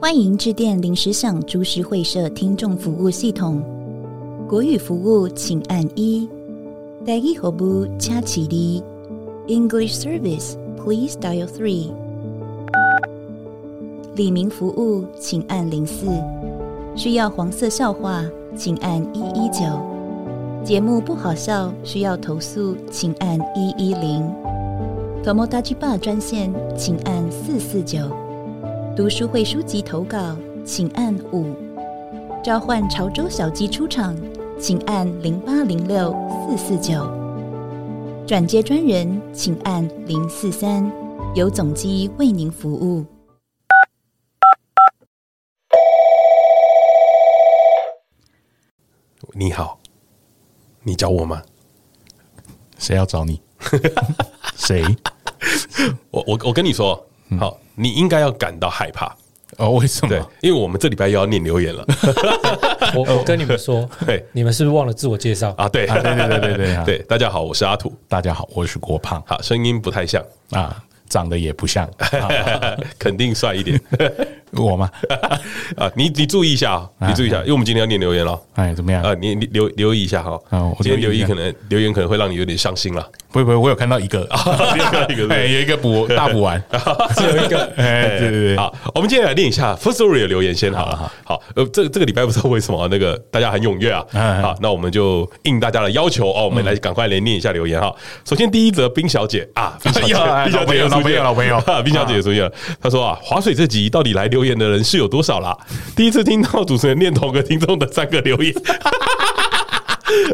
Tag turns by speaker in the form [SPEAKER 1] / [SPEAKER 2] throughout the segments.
[SPEAKER 1] 欢迎致电临时想株式会社听众服务系统，国语服务请按一，台语服务请起立，English service please dial three。李明服务请按零四，需要黄色笑话请按一一九，节目不好笑需要投诉请按一一零。Tomodachi Bar 专线，请按四四九；读书会书籍投稿，请按五；召唤潮州小鸡出场，请按零八零六四四九；转接专人，请按零四三，由总机为您服务。
[SPEAKER 2] 你好，你找我吗？
[SPEAKER 3] 谁要找你？谁？
[SPEAKER 2] 我我我跟你说，
[SPEAKER 3] 嗯
[SPEAKER 2] 好，你应该要感到害怕，
[SPEAKER 3] 哦，为什
[SPEAKER 2] 对
[SPEAKER 3] 么？，
[SPEAKER 2] 因为我们这礼拜又要念留言 了
[SPEAKER 4] 我我跟你们说
[SPEAKER 2] 对，
[SPEAKER 4] 你们是不是忘了自我介绍？
[SPEAKER 2] 啊，对
[SPEAKER 3] 啊，对对对对对 啊
[SPEAKER 2] 对，大家好，我是阿土，
[SPEAKER 3] 大家好，我是郭胖
[SPEAKER 2] 好，声音不太像，
[SPEAKER 3] 啊，长得也不像、啊
[SPEAKER 2] 肯定帅一点
[SPEAKER 3] 我吗？
[SPEAKER 2] 啊，你你注意一下啊，你注意一下，因为我们今天要念留言了。
[SPEAKER 3] 哎，怎么样？
[SPEAKER 2] 啊，你你留留意一下哈
[SPEAKER 3] 啊我，
[SPEAKER 2] 今天
[SPEAKER 3] 留
[SPEAKER 2] 留
[SPEAKER 3] 意一
[SPEAKER 2] 意
[SPEAKER 3] 下
[SPEAKER 2] 可能留言可能会让你有点伤心 了。
[SPEAKER 3] 不会不会，我有看到一个，
[SPEAKER 2] 有看到一个对
[SPEAKER 3] 哎，有一个补大补完，
[SPEAKER 4] 只有一个，
[SPEAKER 3] 哎，对对对，
[SPEAKER 2] 好，我们今天来念一下 First Story 的留言先好了。好呃，这这个礼拜不知道为什么那个大家很踊跃啊，
[SPEAKER 3] 嗯
[SPEAKER 2] 好，那我们就应大家的要求哦，我们来赶快来念一下
[SPEAKER 3] 嗯
[SPEAKER 2] 留言哈。首先第一则冰小姐 啊，冰小姐，
[SPEAKER 3] 又来
[SPEAKER 2] 冰小姐又
[SPEAKER 3] 哎老
[SPEAKER 2] 出
[SPEAKER 3] 朋
[SPEAKER 2] 现
[SPEAKER 3] 友
[SPEAKER 2] 了
[SPEAKER 3] 老朋友老朋 友
[SPEAKER 2] 啊冰小姐也出现了。她说啊，划水这集到底来留言的人是有多少啦？ 第一次听到主持人念同个听众的三个留言。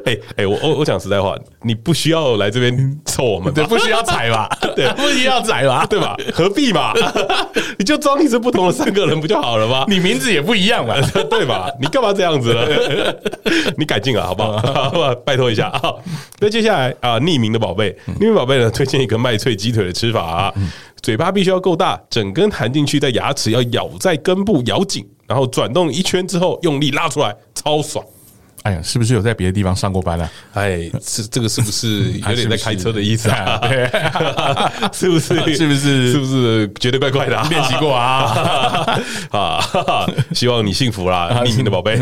[SPEAKER 2] 哎哎，我我我讲实在话，你不需要来这边凑我们吧
[SPEAKER 3] 对，不需要踩吧？对，不需要踩吧？
[SPEAKER 2] 对吧？何必嘛？ 你就装你是不同的三个人不就好了吗？
[SPEAKER 3] 你名字也不一样嘛。
[SPEAKER 2] 对吧？你干嘛这样 子呢？你改进了好不好？好吧拜托一下啊！那接下来啊，匿名的宝贝，匿名宝贝呢，推荐一个麦脆鸡腿的吃法啊，嘴巴必须要够大，整根含进去，在牙齿要咬在根部咬紧，然后转动一圈之后用力拉出来，超爽。
[SPEAKER 3] 哎呀，是不是有在别的地方上过班啊？
[SPEAKER 2] 哎，是这个是不是有点在开车的意思啊
[SPEAKER 3] 啊是不是啊？
[SPEAKER 2] 嗯是不 是？
[SPEAKER 3] 是不是
[SPEAKER 2] 是不是觉得怪怪 的啊？
[SPEAKER 3] 练习过啊？
[SPEAKER 2] 啊，哈哈希望你幸福啦，匿名的宝 贝。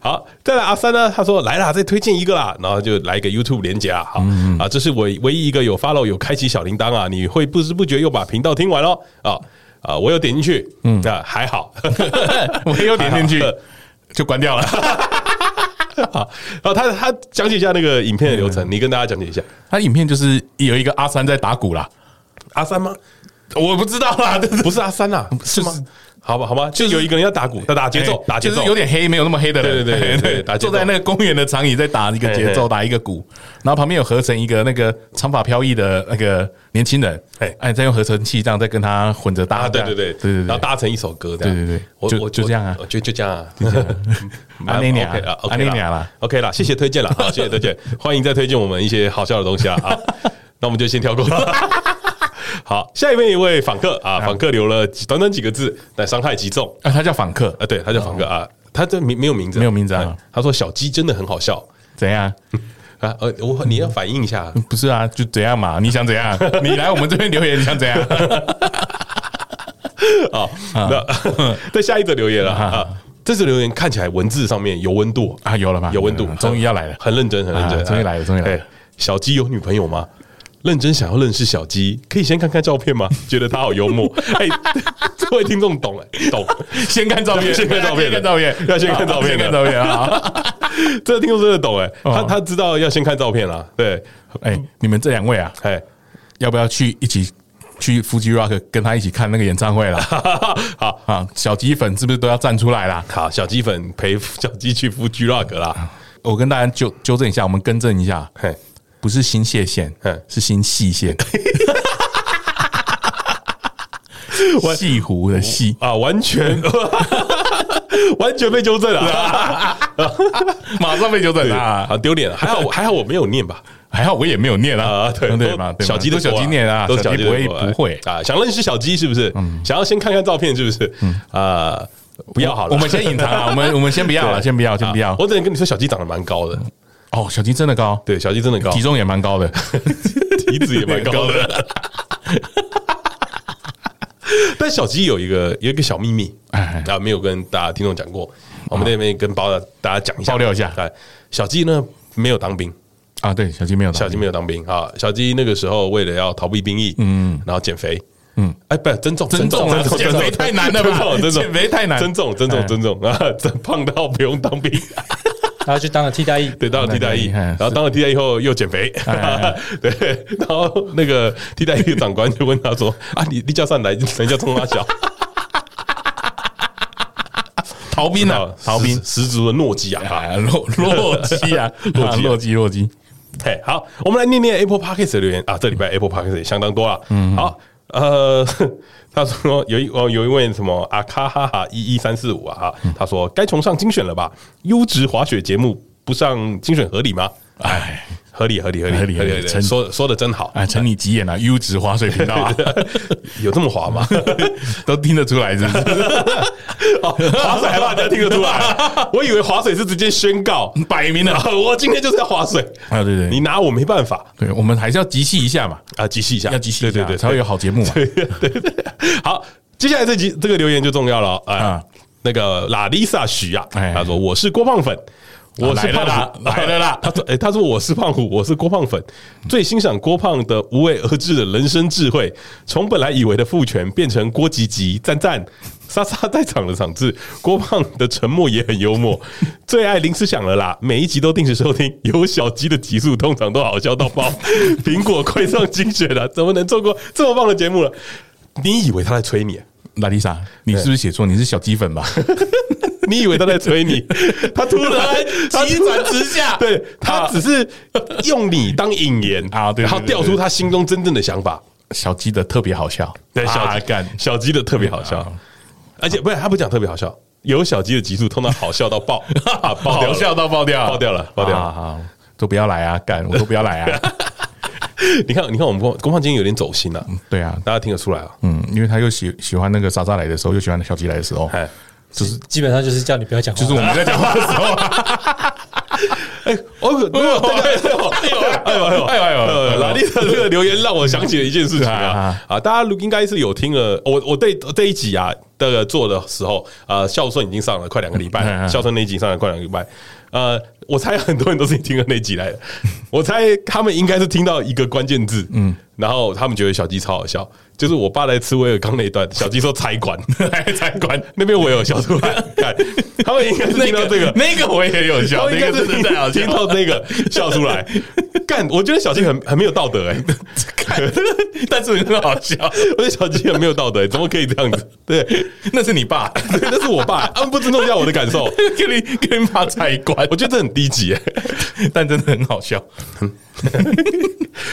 [SPEAKER 2] 好，再来阿三呢，他说来啦，再推荐一个啦，然后就来一个 YouTube 连接啊，好
[SPEAKER 3] 嗯
[SPEAKER 2] 啊，这是我唯一一个有 follow 有开启小铃铛啊，你会不知不觉又把频道听完哦，啊啊，我有点进去，嗯，啊还好，
[SPEAKER 3] 我也有点 进去，就关掉了。
[SPEAKER 2] 好，然后他他讲解一下那个影片的流
[SPEAKER 3] 嗯
[SPEAKER 2] 程，你跟大家讲解一下。
[SPEAKER 3] 他影片就是有一个阿三在打鼓啦，
[SPEAKER 2] 阿三吗？
[SPEAKER 3] 我不知道啦，这
[SPEAKER 2] 不是阿三啦，是
[SPEAKER 3] 是
[SPEAKER 2] 吗？好吧，好吧，就有一个人要打鼓，要打节奏
[SPEAKER 3] 哎，
[SPEAKER 2] 打节
[SPEAKER 3] 就
[SPEAKER 2] 奏
[SPEAKER 3] 是有，点黑，没有那么黑的
[SPEAKER 2] 对
[SPEAKER 3] 人，
[SPEAKER 2] 对 对对对打节奏
[SPEAKER 3] 坐在那个公园的长椅在打一个节
[SPEAKER 2] 嘿
[SPEAKER 3] 奏，
[SPEAKER 2] 嘿
[SPEAKER 3] 打一个鼓，然后旁边有合成一个那个长发飘逸的那个年轻人
[SPEAKER 2] 嘿，
[SPEAKER 3] 哎，再用合成器这样再跟他混着搭
[SPEAKER 2] 啊，对
[SPEAKER 3] 这样，
[SPEAKER 2] 对对
[SPEAKER 3] 对对
[SPEAKER 2] 然后
[SPEAKER 3] 对。
[SPEAKER 2] 搭成一首歌这样，
[SPEAKER 3] 对对对
[SPEAKER 2] 我
[SPEAKER 3] 就
[SPEAKER 2] 我
[SPEAKER 3] 就这样啊
[SPEAKER 2] 我觉得就这样啊，
[SPEAKER 3] 安内俩
[SPEAKER 2] 啊
[SPEAKER 3] 安
[SPEAKER 2] ，OK
[SPEAKER 3] 内
[SPEAKER 2] 啦
[SPEAKER 3] 俩啦
[SPEAKER 2] ，OK 啦，谢谢推荐了，好，谢谢推 荐，欢迎再推荐我们一些好笑的东西啊，啊，那我们就先跳过 了。好，下一位一位访客啊，访客留了几短短几个字，但伤害极重
[SPEAKER 3] 啊，他叫访客，
[SPEAKER 2] 啊，对，他叫访客啊，他这名没有名字，
[SPEAKER 3] 哦没有名字啊
[SPEAKER 2] 哎，他说小鸡真的很好笑
[SPEAKER 3] 怎样？
[SPEAKER 2] 啊，呃，
[SPEAKER 3] 嗯
[SPEAKER 2] 我你要反应一下 啊，
[SPEAKER 3] 不是啊，就怎样嘛？你想 怎样？你来我们这边留言，你想怎样？
[SPEAKER 2] 啊，那 再下一则留言了
[SPEAKER 3] 啊
[SPEAKER 2] 啊，这则留言看起来文字上面有温度
[SPEAKER 3] 啊，有了吗？
[SPEAKER 2] 有温度
[SPEAKER 3] 嗯，终于要 来了。
[SPEAKER 2] 很认真，很认真，
[SPEAKER 3] 啊终于来了终于来了
[SPEAKER 2] 哎。小鸡有女朋友吗？认真想要认识小鸡，可以先看看照片吗？ 觉得他好幽 默。哎， 这位听众懂哎，懂。
[SPEAKER 3] 先看照 片，
[SPEAKER 2] 先看照片
[SPEAKER 3] 先看照片，
[SPEAKER 2] 要先看照片
[SPEAKER 3] 先
[SPEAKER 2] 的
[SPEAKER 3] 看照片啊！
[SPEAKER 2] 这位听众真的懂哎，他
[SPEAKER 3] 哦
[SPEAKER 2] 他知道要先看照片啦。对，
[SPEAKER 3] 哎，你们这两位啊，
[SPEAKER 2] 哎，
[SPEAKER 3] 要不要去一起去 Fuji Rock 跟他一起看那个演唱 会啦？
[SPEAKER 2] 好
[SPEAKER 3] 啊，小鸡粉是不是都要站出来啦？
[SPEAKER 2] 好，小鸡粉陪小鸡去夫 G Rock 啦。
[SPEAKER 3] 我跟大家纠纠正一下，我们更正一下，
[SPEAKER 2] 嘿，
[SPEAKER 3] 不是新泻县
[SPEAKER 2] 嗯，
[SPEAKER 3] 是新 细县。西湖的西，
[SPEAKER 2] 啊，完全 完全被纠正
[SPEAKER 3] 啊
[SPEAKER 2] 了，
[SPEAKER 3] 马上被纠正
[SPEAKER 2] 对
[SPEAKER 3] 啦
[SPEAKER 2] 好。丢脸啊，还好还好我没有念吧。
[SPEAKER 3] 还好我也没有念啊
[SPEAKER 2] 啊，，对
[SPEAKER 3] 对
[SPEAKER 2] 都
[SPEAKER 3] 嘛，对嘛
[SPEAKER 2] 小鸡
[SPEAKER 3] 都
[SPEAKER 2] 多
[SPEAKER 3] 小鸡念啊，
[SPEAKER 2] 都
[SPEAKER 3] 小鸡
[SPEAKER 2] 鸡
[SPEAKER 3] 不
[SPEAKER 2] 的
[SPEAKER 3] 会
[SPEAKER 2] 多啊
[SPEAKER 3] 不会。嗯
[SPEAKER 2] 啊，想认识小鸡是不是？想要先看看照片是不是？啊，不要好了，
[SPEAKER 3] 我们 先隐藏啊，我们我们先不要了，
[SPEAKER 2] 对
[SPEAKER 3] 先不要，先不
[SPEAKER 2] 啊
[SPEAKER 3] 要。
[SPEAKER 2] 我只能跟你说，小鸡长得蛮高的，
[SPEAKER 3] 哦，小鸡真的高，
[SPEAKER 2] 对，小鸡真的高，
[SPEAKER 3] 体重也蛮 高的。
[SPEAKER 2] 体脂也蛮高的。 但小鸡有一个有一个小秘密，
[SPEAKER 3] 哎
[SPEAKER 2] 啊，没有跟大家听众讲过，我们那边跟包大家讲一下，
[SPEAKER 3] 爆料一下
[SPEAKER 2] 哎，小鸡呢没有当兵，
[SPEAKER 3] 啊，对，小鸡没有打，
[SPEAKER 2] 小鸡没有当兵啊，小鸡那个时候为了要逃避兵役，嗯，然后减肥，嗯，哎，不，增重，
[SPEAKER 3] 增重啊
[SPEAKER 2] 增
[SPEAKER 3] 减肥太难了吧
[SPEAKER 2] 增 重增重
[SPEAKER 3] 减肥太难
[SPEAKER 2] 增重，增重，
[SPEAKER 3] 哎
[SPEAKER 2] 增重啊，增胖到不用当兵，
[SPEAKER 4] 然后去当了替代役，
[SPEAKER 2] 对，当了替代役，
[SPEAKER 3] 哎哎
[SPEAKER 2] 然后当了替代役后又减肥
[SPEAKER 3] 哎哎，
[SPEAKER 2] 对，然后那个替代役的长官就问他说：“啊，你你叫上来，人家冲他 小
[SPEAKER 3] 逃兵啊，逃兵
[SPEAKER 2] 十，十足的诺基亚啊
[SPEAKER 3] 啊，洛洛 基啊，
[SPEAKER 2] 洛基啊
[SPEAKER 3] 啊洛基，洛基，！”
[SPEAKER 2] 嘿，好，我们来念念 Apple Podcast 的留言啊，这礼拜 Apple Podcast 也相当多啊。嗯，好，呃，他说有一哦有一位什么啊卡哈哈一一三四五啊哈，
[SPEAKER 3] 嗯
[SPEAKER 2] 他说该崇尚精选了吧？优质滑雪节目不上精选合理吗？
[SPEAKER 3] 哎
[SPEAKER 2] 合理合理合理
[SPEAKER 3] 合理合理成
[SPEAKER 2] 说说的真好，
[SPEAKER 3] 哎，承你吉言啊，优质滑水频道啊，
[SPEAKER 2] 有这么滑吗？
[SPEAKER 3] 都听得出来是不是？
[SPEAKER 2] 哦，划水还怕人家听得出 来？我以为划水是直接宣告，
[SPEAKER 3] 摆明了
[SPEAKER 2] 啊， 我今天就是要划水，
[SPEAKER 3] 嗯啊，对对，
[SPEAKER 2] 你拿我没办法
[SPEAKER 3] 对，我们还是要集气一下嘛，
[SPEAKER 2] 啊！集气一下，
[SPEAKER 3] 要集气一下，
[SPEAKER 2] 对对对，
[SPEAKER 3] 才会有好节目嘛。
[SPEAKER 2] 对对对。好，接下来这集这个留言就重要了啊、
[SPEAKER 3] 啊
[SPEAKER 2] 那个拉丽萨许啊，
[SPEAKER 3] 哎
[SPEAKER 2] 他说我是郭胖粉。我是胖
[SPEAKER 3] 啊来了
[SPEAKER 2] 虎
[SPEAKER 3] 啦 来了啦
[SPEAKER 2] 他说：“哎、他说我是胖虎，我是郭胖粉，最欣赏郭胖的无为而治的人生智慧，从本来以为的父权变成郭吉吉，赞赞。莎莎在场的场次，郭胖的沉默也很幽默，最爱临时想了啦，每一集都定时收听，有小鸡的集数通常都好笑到爆。苹果快上精选了，怎么能错过这么棒的节目了？你以为他在催你、
[SPEAKER 3] 拉丽莎，你是不是写错？你是小鸡 粉吧？
[SPEAKER 2] 你以为他在催 你，他突然
[SPEAKER 3] 他急转直 下
[SPEAKER 2] 对他只是用你当引言
[SPEAKER 3] 啊对对
[SPEAKER 2] 然
[SPEAKER 3] 对
[SPEAKER 2] 后调出他心中真正的想法。
[SPEAKER 3] 小鸡的特别好笑，
[SPEAKER 2] 对，小
[SPEAKER 3] 啊
[SPEAKER 2] 鸡
[SPEAKER 3] 干
[SPEAKER 2] 小鸡的特别好笑
[SPEAKER 3] 啊，
[SPEAKER 2] 而且不是他不讲特别好笑，有小鸡的集数通常好笑到爆，啊 爆掉
[SPEAKER 3] 好
[SPEAKER 2] 了
[SPEAKER 3] 笑到爆掉，
[SPEAKER 2] 爆掉了，爆掉
[SPEAKER 3] 啊
[SPEAKER 2] 了。
[SPEAKER 3] 好，都不要来啊，干我都不要来啊。
[SPEAKER 2] 你看，你看我们公公胖今天有点走心了，
[SPEAKER 3] 对啊，
[SPEAKER 2] 大家听得出来啊？
[SPEAKER 3] 嗯，因为他又喜喜欢那个莎莎来的时候，又喜欢小鸡来的时候，
[SPEAKER 2] 哎，
[SPEAKER 4] 基本上就是叫你不要讲话，
[SPEAKER 3] 就是我们在讲话的时候啊，
[SPEAKER 2] 哎，哦，这个，哎呦， 哎呦，哎呦，哎呦，拉力的这个留言让我想起了一件事情 啊啊！大家如应该是有听了，我我对这一集啊这个做的时候，呃，孝顺已经上了快两个礼拜了，孝顺那一集上了快两个礼拜，呃，我猜很多人都是听了那一集来的， 我猜他们应该是听到一个关键字，嗯，然后他们觉得小鸡超好笑，就是我爸在吃威尔刚那一段，小鸡说财管， 财管 那边我有笑出 来，看他们应该是 听到这个，
[SPEAKER 3] 那个我也有笑，
[SPEAKER 2] 我
[SPEAKER 3] 那
[SPEAKER 2] 哦应该
[SPEAKER 3] 个
[SPEAKER 2] 是
[SPEAKER 3] 真的太好
[SPEAKER 2] 听
[SPEAKER 3] 笑。
[SPEAKER 2] 到那个笑出来。干，我觉得小鸡很很没有道德哎、
[SPEAKER 3] 但是很好笑，
[SPEAKER 2] 我觉得小鸡很没有道德、欸，怎么可以这样子？对，
[SPEAKER 3] 那是你爸，
[SPEAKER 2] 对那是我爸，他们不尊重一下我的感受，
[SPEAKER 3] 给你给你爸菜关
[SPEAKER 2] 我，觉得这很低级、欸。
[SPEAKER 3] 但真的很好笑。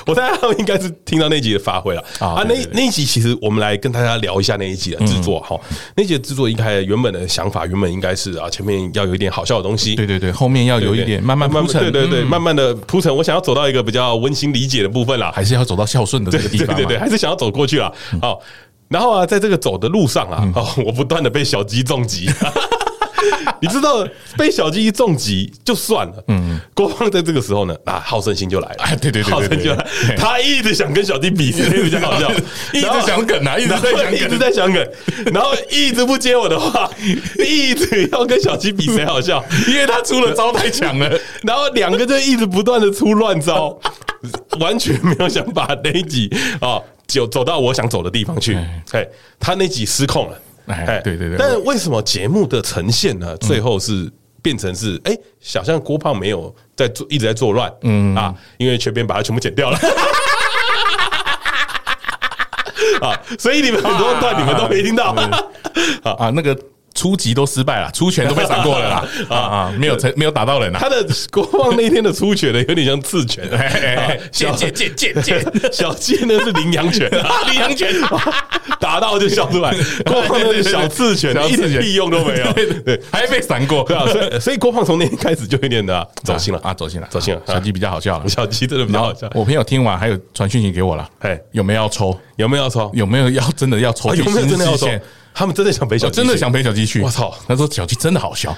[SPEAKER 2] 我猜他们应该是听到那集的发挥了
[SPEAKER 3] 啊
[SPEAKER 2] 啊。那
[SPEAKER 3] 对对对嗯
[SPEAKER 2] 那一集其实我们来跟大家聊一下那一集的制作哈。那一集的制作应该原本的想法，原本应该是啊，前面要有一点好笑的东西，
[SPEAKER 3] 对对对，后面要有一点慢慢铺陈，
[SPEAKER 2] 对对对，
[SPEAKER 3] 嗯
[SPEAKER 2] 慢慢的铺陈。我想要走到一个比较温馨理解的部分啦，
[SPEAKER 3] 还是要走到孝顺的这个地
[SPEAKER 2] 对
[SPEAKER 3] 方嘛。嗯
[SPEAKER 2] 对对，还是想要走过去啊。好，然后啊，在这个走的路上啊，哦，我不断的被小鸡重击。 你知道被小鸡一重击就算了，嗯，郭胖在这个时候呢，啊，好胜心就来了，
[SPEAKER 3] 哎对对对
[SPEAKER 2] 好胜
[SPEAKER 3] 对对
[SPEAKER 2] 心就来
[SPEAKER 3] 对，，
[SPEAKER 2] 他一直想跟小鸡比，谁比较好笑
[SPEAKER 3] 一直想梗啊，一直
[SPEAKER 2] 然后
[SPEAKER 3] 在想
[SPEAKER 2] 一直
[SPEAKER 3] 梗。
[SPEAKER 2] 在想梗，然后一直不接我的 话，一直要跟小鸡比谁好笑，
[SPEAKER 3] 因为他出了招太强了，
[SPEAKER 2] 然后两个就一直不断的出乱招， 完全没有想把那一集啊就走到我想走的地方去
[SPEAKER 3] 哎。
[SPEAKER 2] 哎，他那集失控了。
[SPEAKER 3] 哎对对对嗯
[SPEAKER 2] 但为什么节目的呈现呢？最后是变成是哎，想象郭胖没有在做，一直在作乱。嗯啊，因为全编把它全部剪 掉了。啊，所以你们很多段你们都没听到。
[SPEAKER 3] 啊，那个初级都失败了，出拳都被闪过了啦， 啊啊，没有成，没有打到人啊
[SPEAKER 2] 他。的国王那天的出拳呢，有点像刺拳，
[SPEAKER 3] 哎哎
[SPEAKER 2] 啊
[SPEAKER 3] 哎
[SPEAKER 2] 小
[SPEAKER 3] 借借借借借
[SPEAKER 2] 小鸡呢是羚羊拳，
[SPEAKER 3] 羚羊拳
[SPEAKER 2] 打到就笑出来，国王那是小刺拳，
[SPEAKER 3] 小
[SPEAKER 2] 一
[SPEAKER 3] 刺拳
[SPEAKER 2] 点屁用都没有，
[SPEAKER 3] 对对
[SPEAKER 2] 对
[SPEAKER 3] 对， 还被闪过，
[SPEAKER 2] 对啊，所以所以郭胖从那天开始就有点的啊走心了
[SPEAKER 3] 啊， 走心了，
[SPEAKER 2] 走心了
[SPEAKER 3] 啊 小鸡比较好笑了。
[SPEAKER 2] 小鸡真的比较好笑，
[SPEAKER 3] 我朋友听完还有传讯息给我了，
[SPEAKER 2] 哎，
[SPEAKER 3] 有没有要抽？
[SPEAKER 2] 有没有要抽？
[SPEAKER 3] 有没有要真的要抽
[SPEAKER 2] 啊
[SPEAKER 3] 去
[SPEAKER 2] 有没有
[SPEAKER 3] 新
[SPEAKER 2] 真的要
[SPEAKER 3] 视
[SPEAKER 2] 抽
[SPEAKER 3] 线？？
[SPEAKER 2] 他们真的想陪小
[SPEAKER 3] 我
[SPEAKER 2] 鸡，
[SPEAKER 3] 真的想陪小鸡去。
[SPEAKER 2] 我操
[SPEAKER 3] 他说小鸡真的好笑，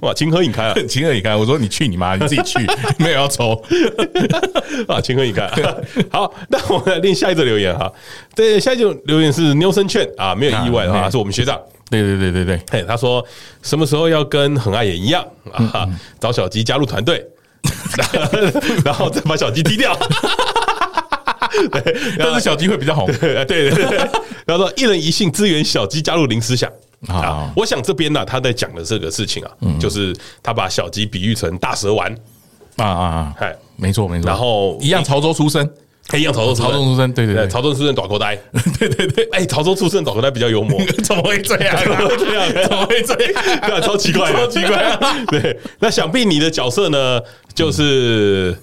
[SPEAKER 2] 哇，情何以堪啊！
[SPEAKER 3] 情何以堪？我说你去你妈，你自己 去，没有要抽。
[SPEAKER 2] 啊，情何以堪？好，那我们来念下一则留言哈。对，下一则留言是 Nelson Chen 啊，没有意外的
[SPEAKER 3] 啊
[SPEAKER 2] 话，
[SPEAKER 3] 嗯
[SPEAKER 2] 是我们学长。
[SPEAKER 3] 对对对对对，
[SPEAKER 2] 嘿，他说什么时候要跟很爱也一样啊，
[SPEAKER 3] 嗯
[SPEAKER 2] 找小鸡加入团队，然后再 把小鸡踢掉。
[SPEAKER 3] 但是小鸡会比较红
[SPEAKER 2] 啊对对对对，然后说一人一信支援小鸡加入零思想。啊
[SPEAKER 3] 啊，。
[SPEAKER 2] 我想这边呢、他在讲的这个事情啊，
[SPEAKER 3] 嗯
[SPEAKER 2] 就是他把小鸡比喻成大蛇丸，
[SPEAKER 3] 啊啊啊！
[SPEAKER 2] 哎，
[SPEAKER 3] 没错没错。
[SPEAKER 2] 然后
[SPEAKER 3] 一样潮州出生，
[SPEAKER 2] 哎一样潮州
[SPEAKER 3] 潮州出身对对对
[SPEAKER 2] 潮 州出身短口 呆，对对对，哎，潮州出身短口呆比较幽默，
[SPEAKER 3] 怎么会这 样啊？
[SPEAKER 2] 对啊，怎么会这样？对啊，超奇怪的，
[SPEAKER 3] 超奇怪。
[SPEAKER 2] 对，那想必你的角色呢，就是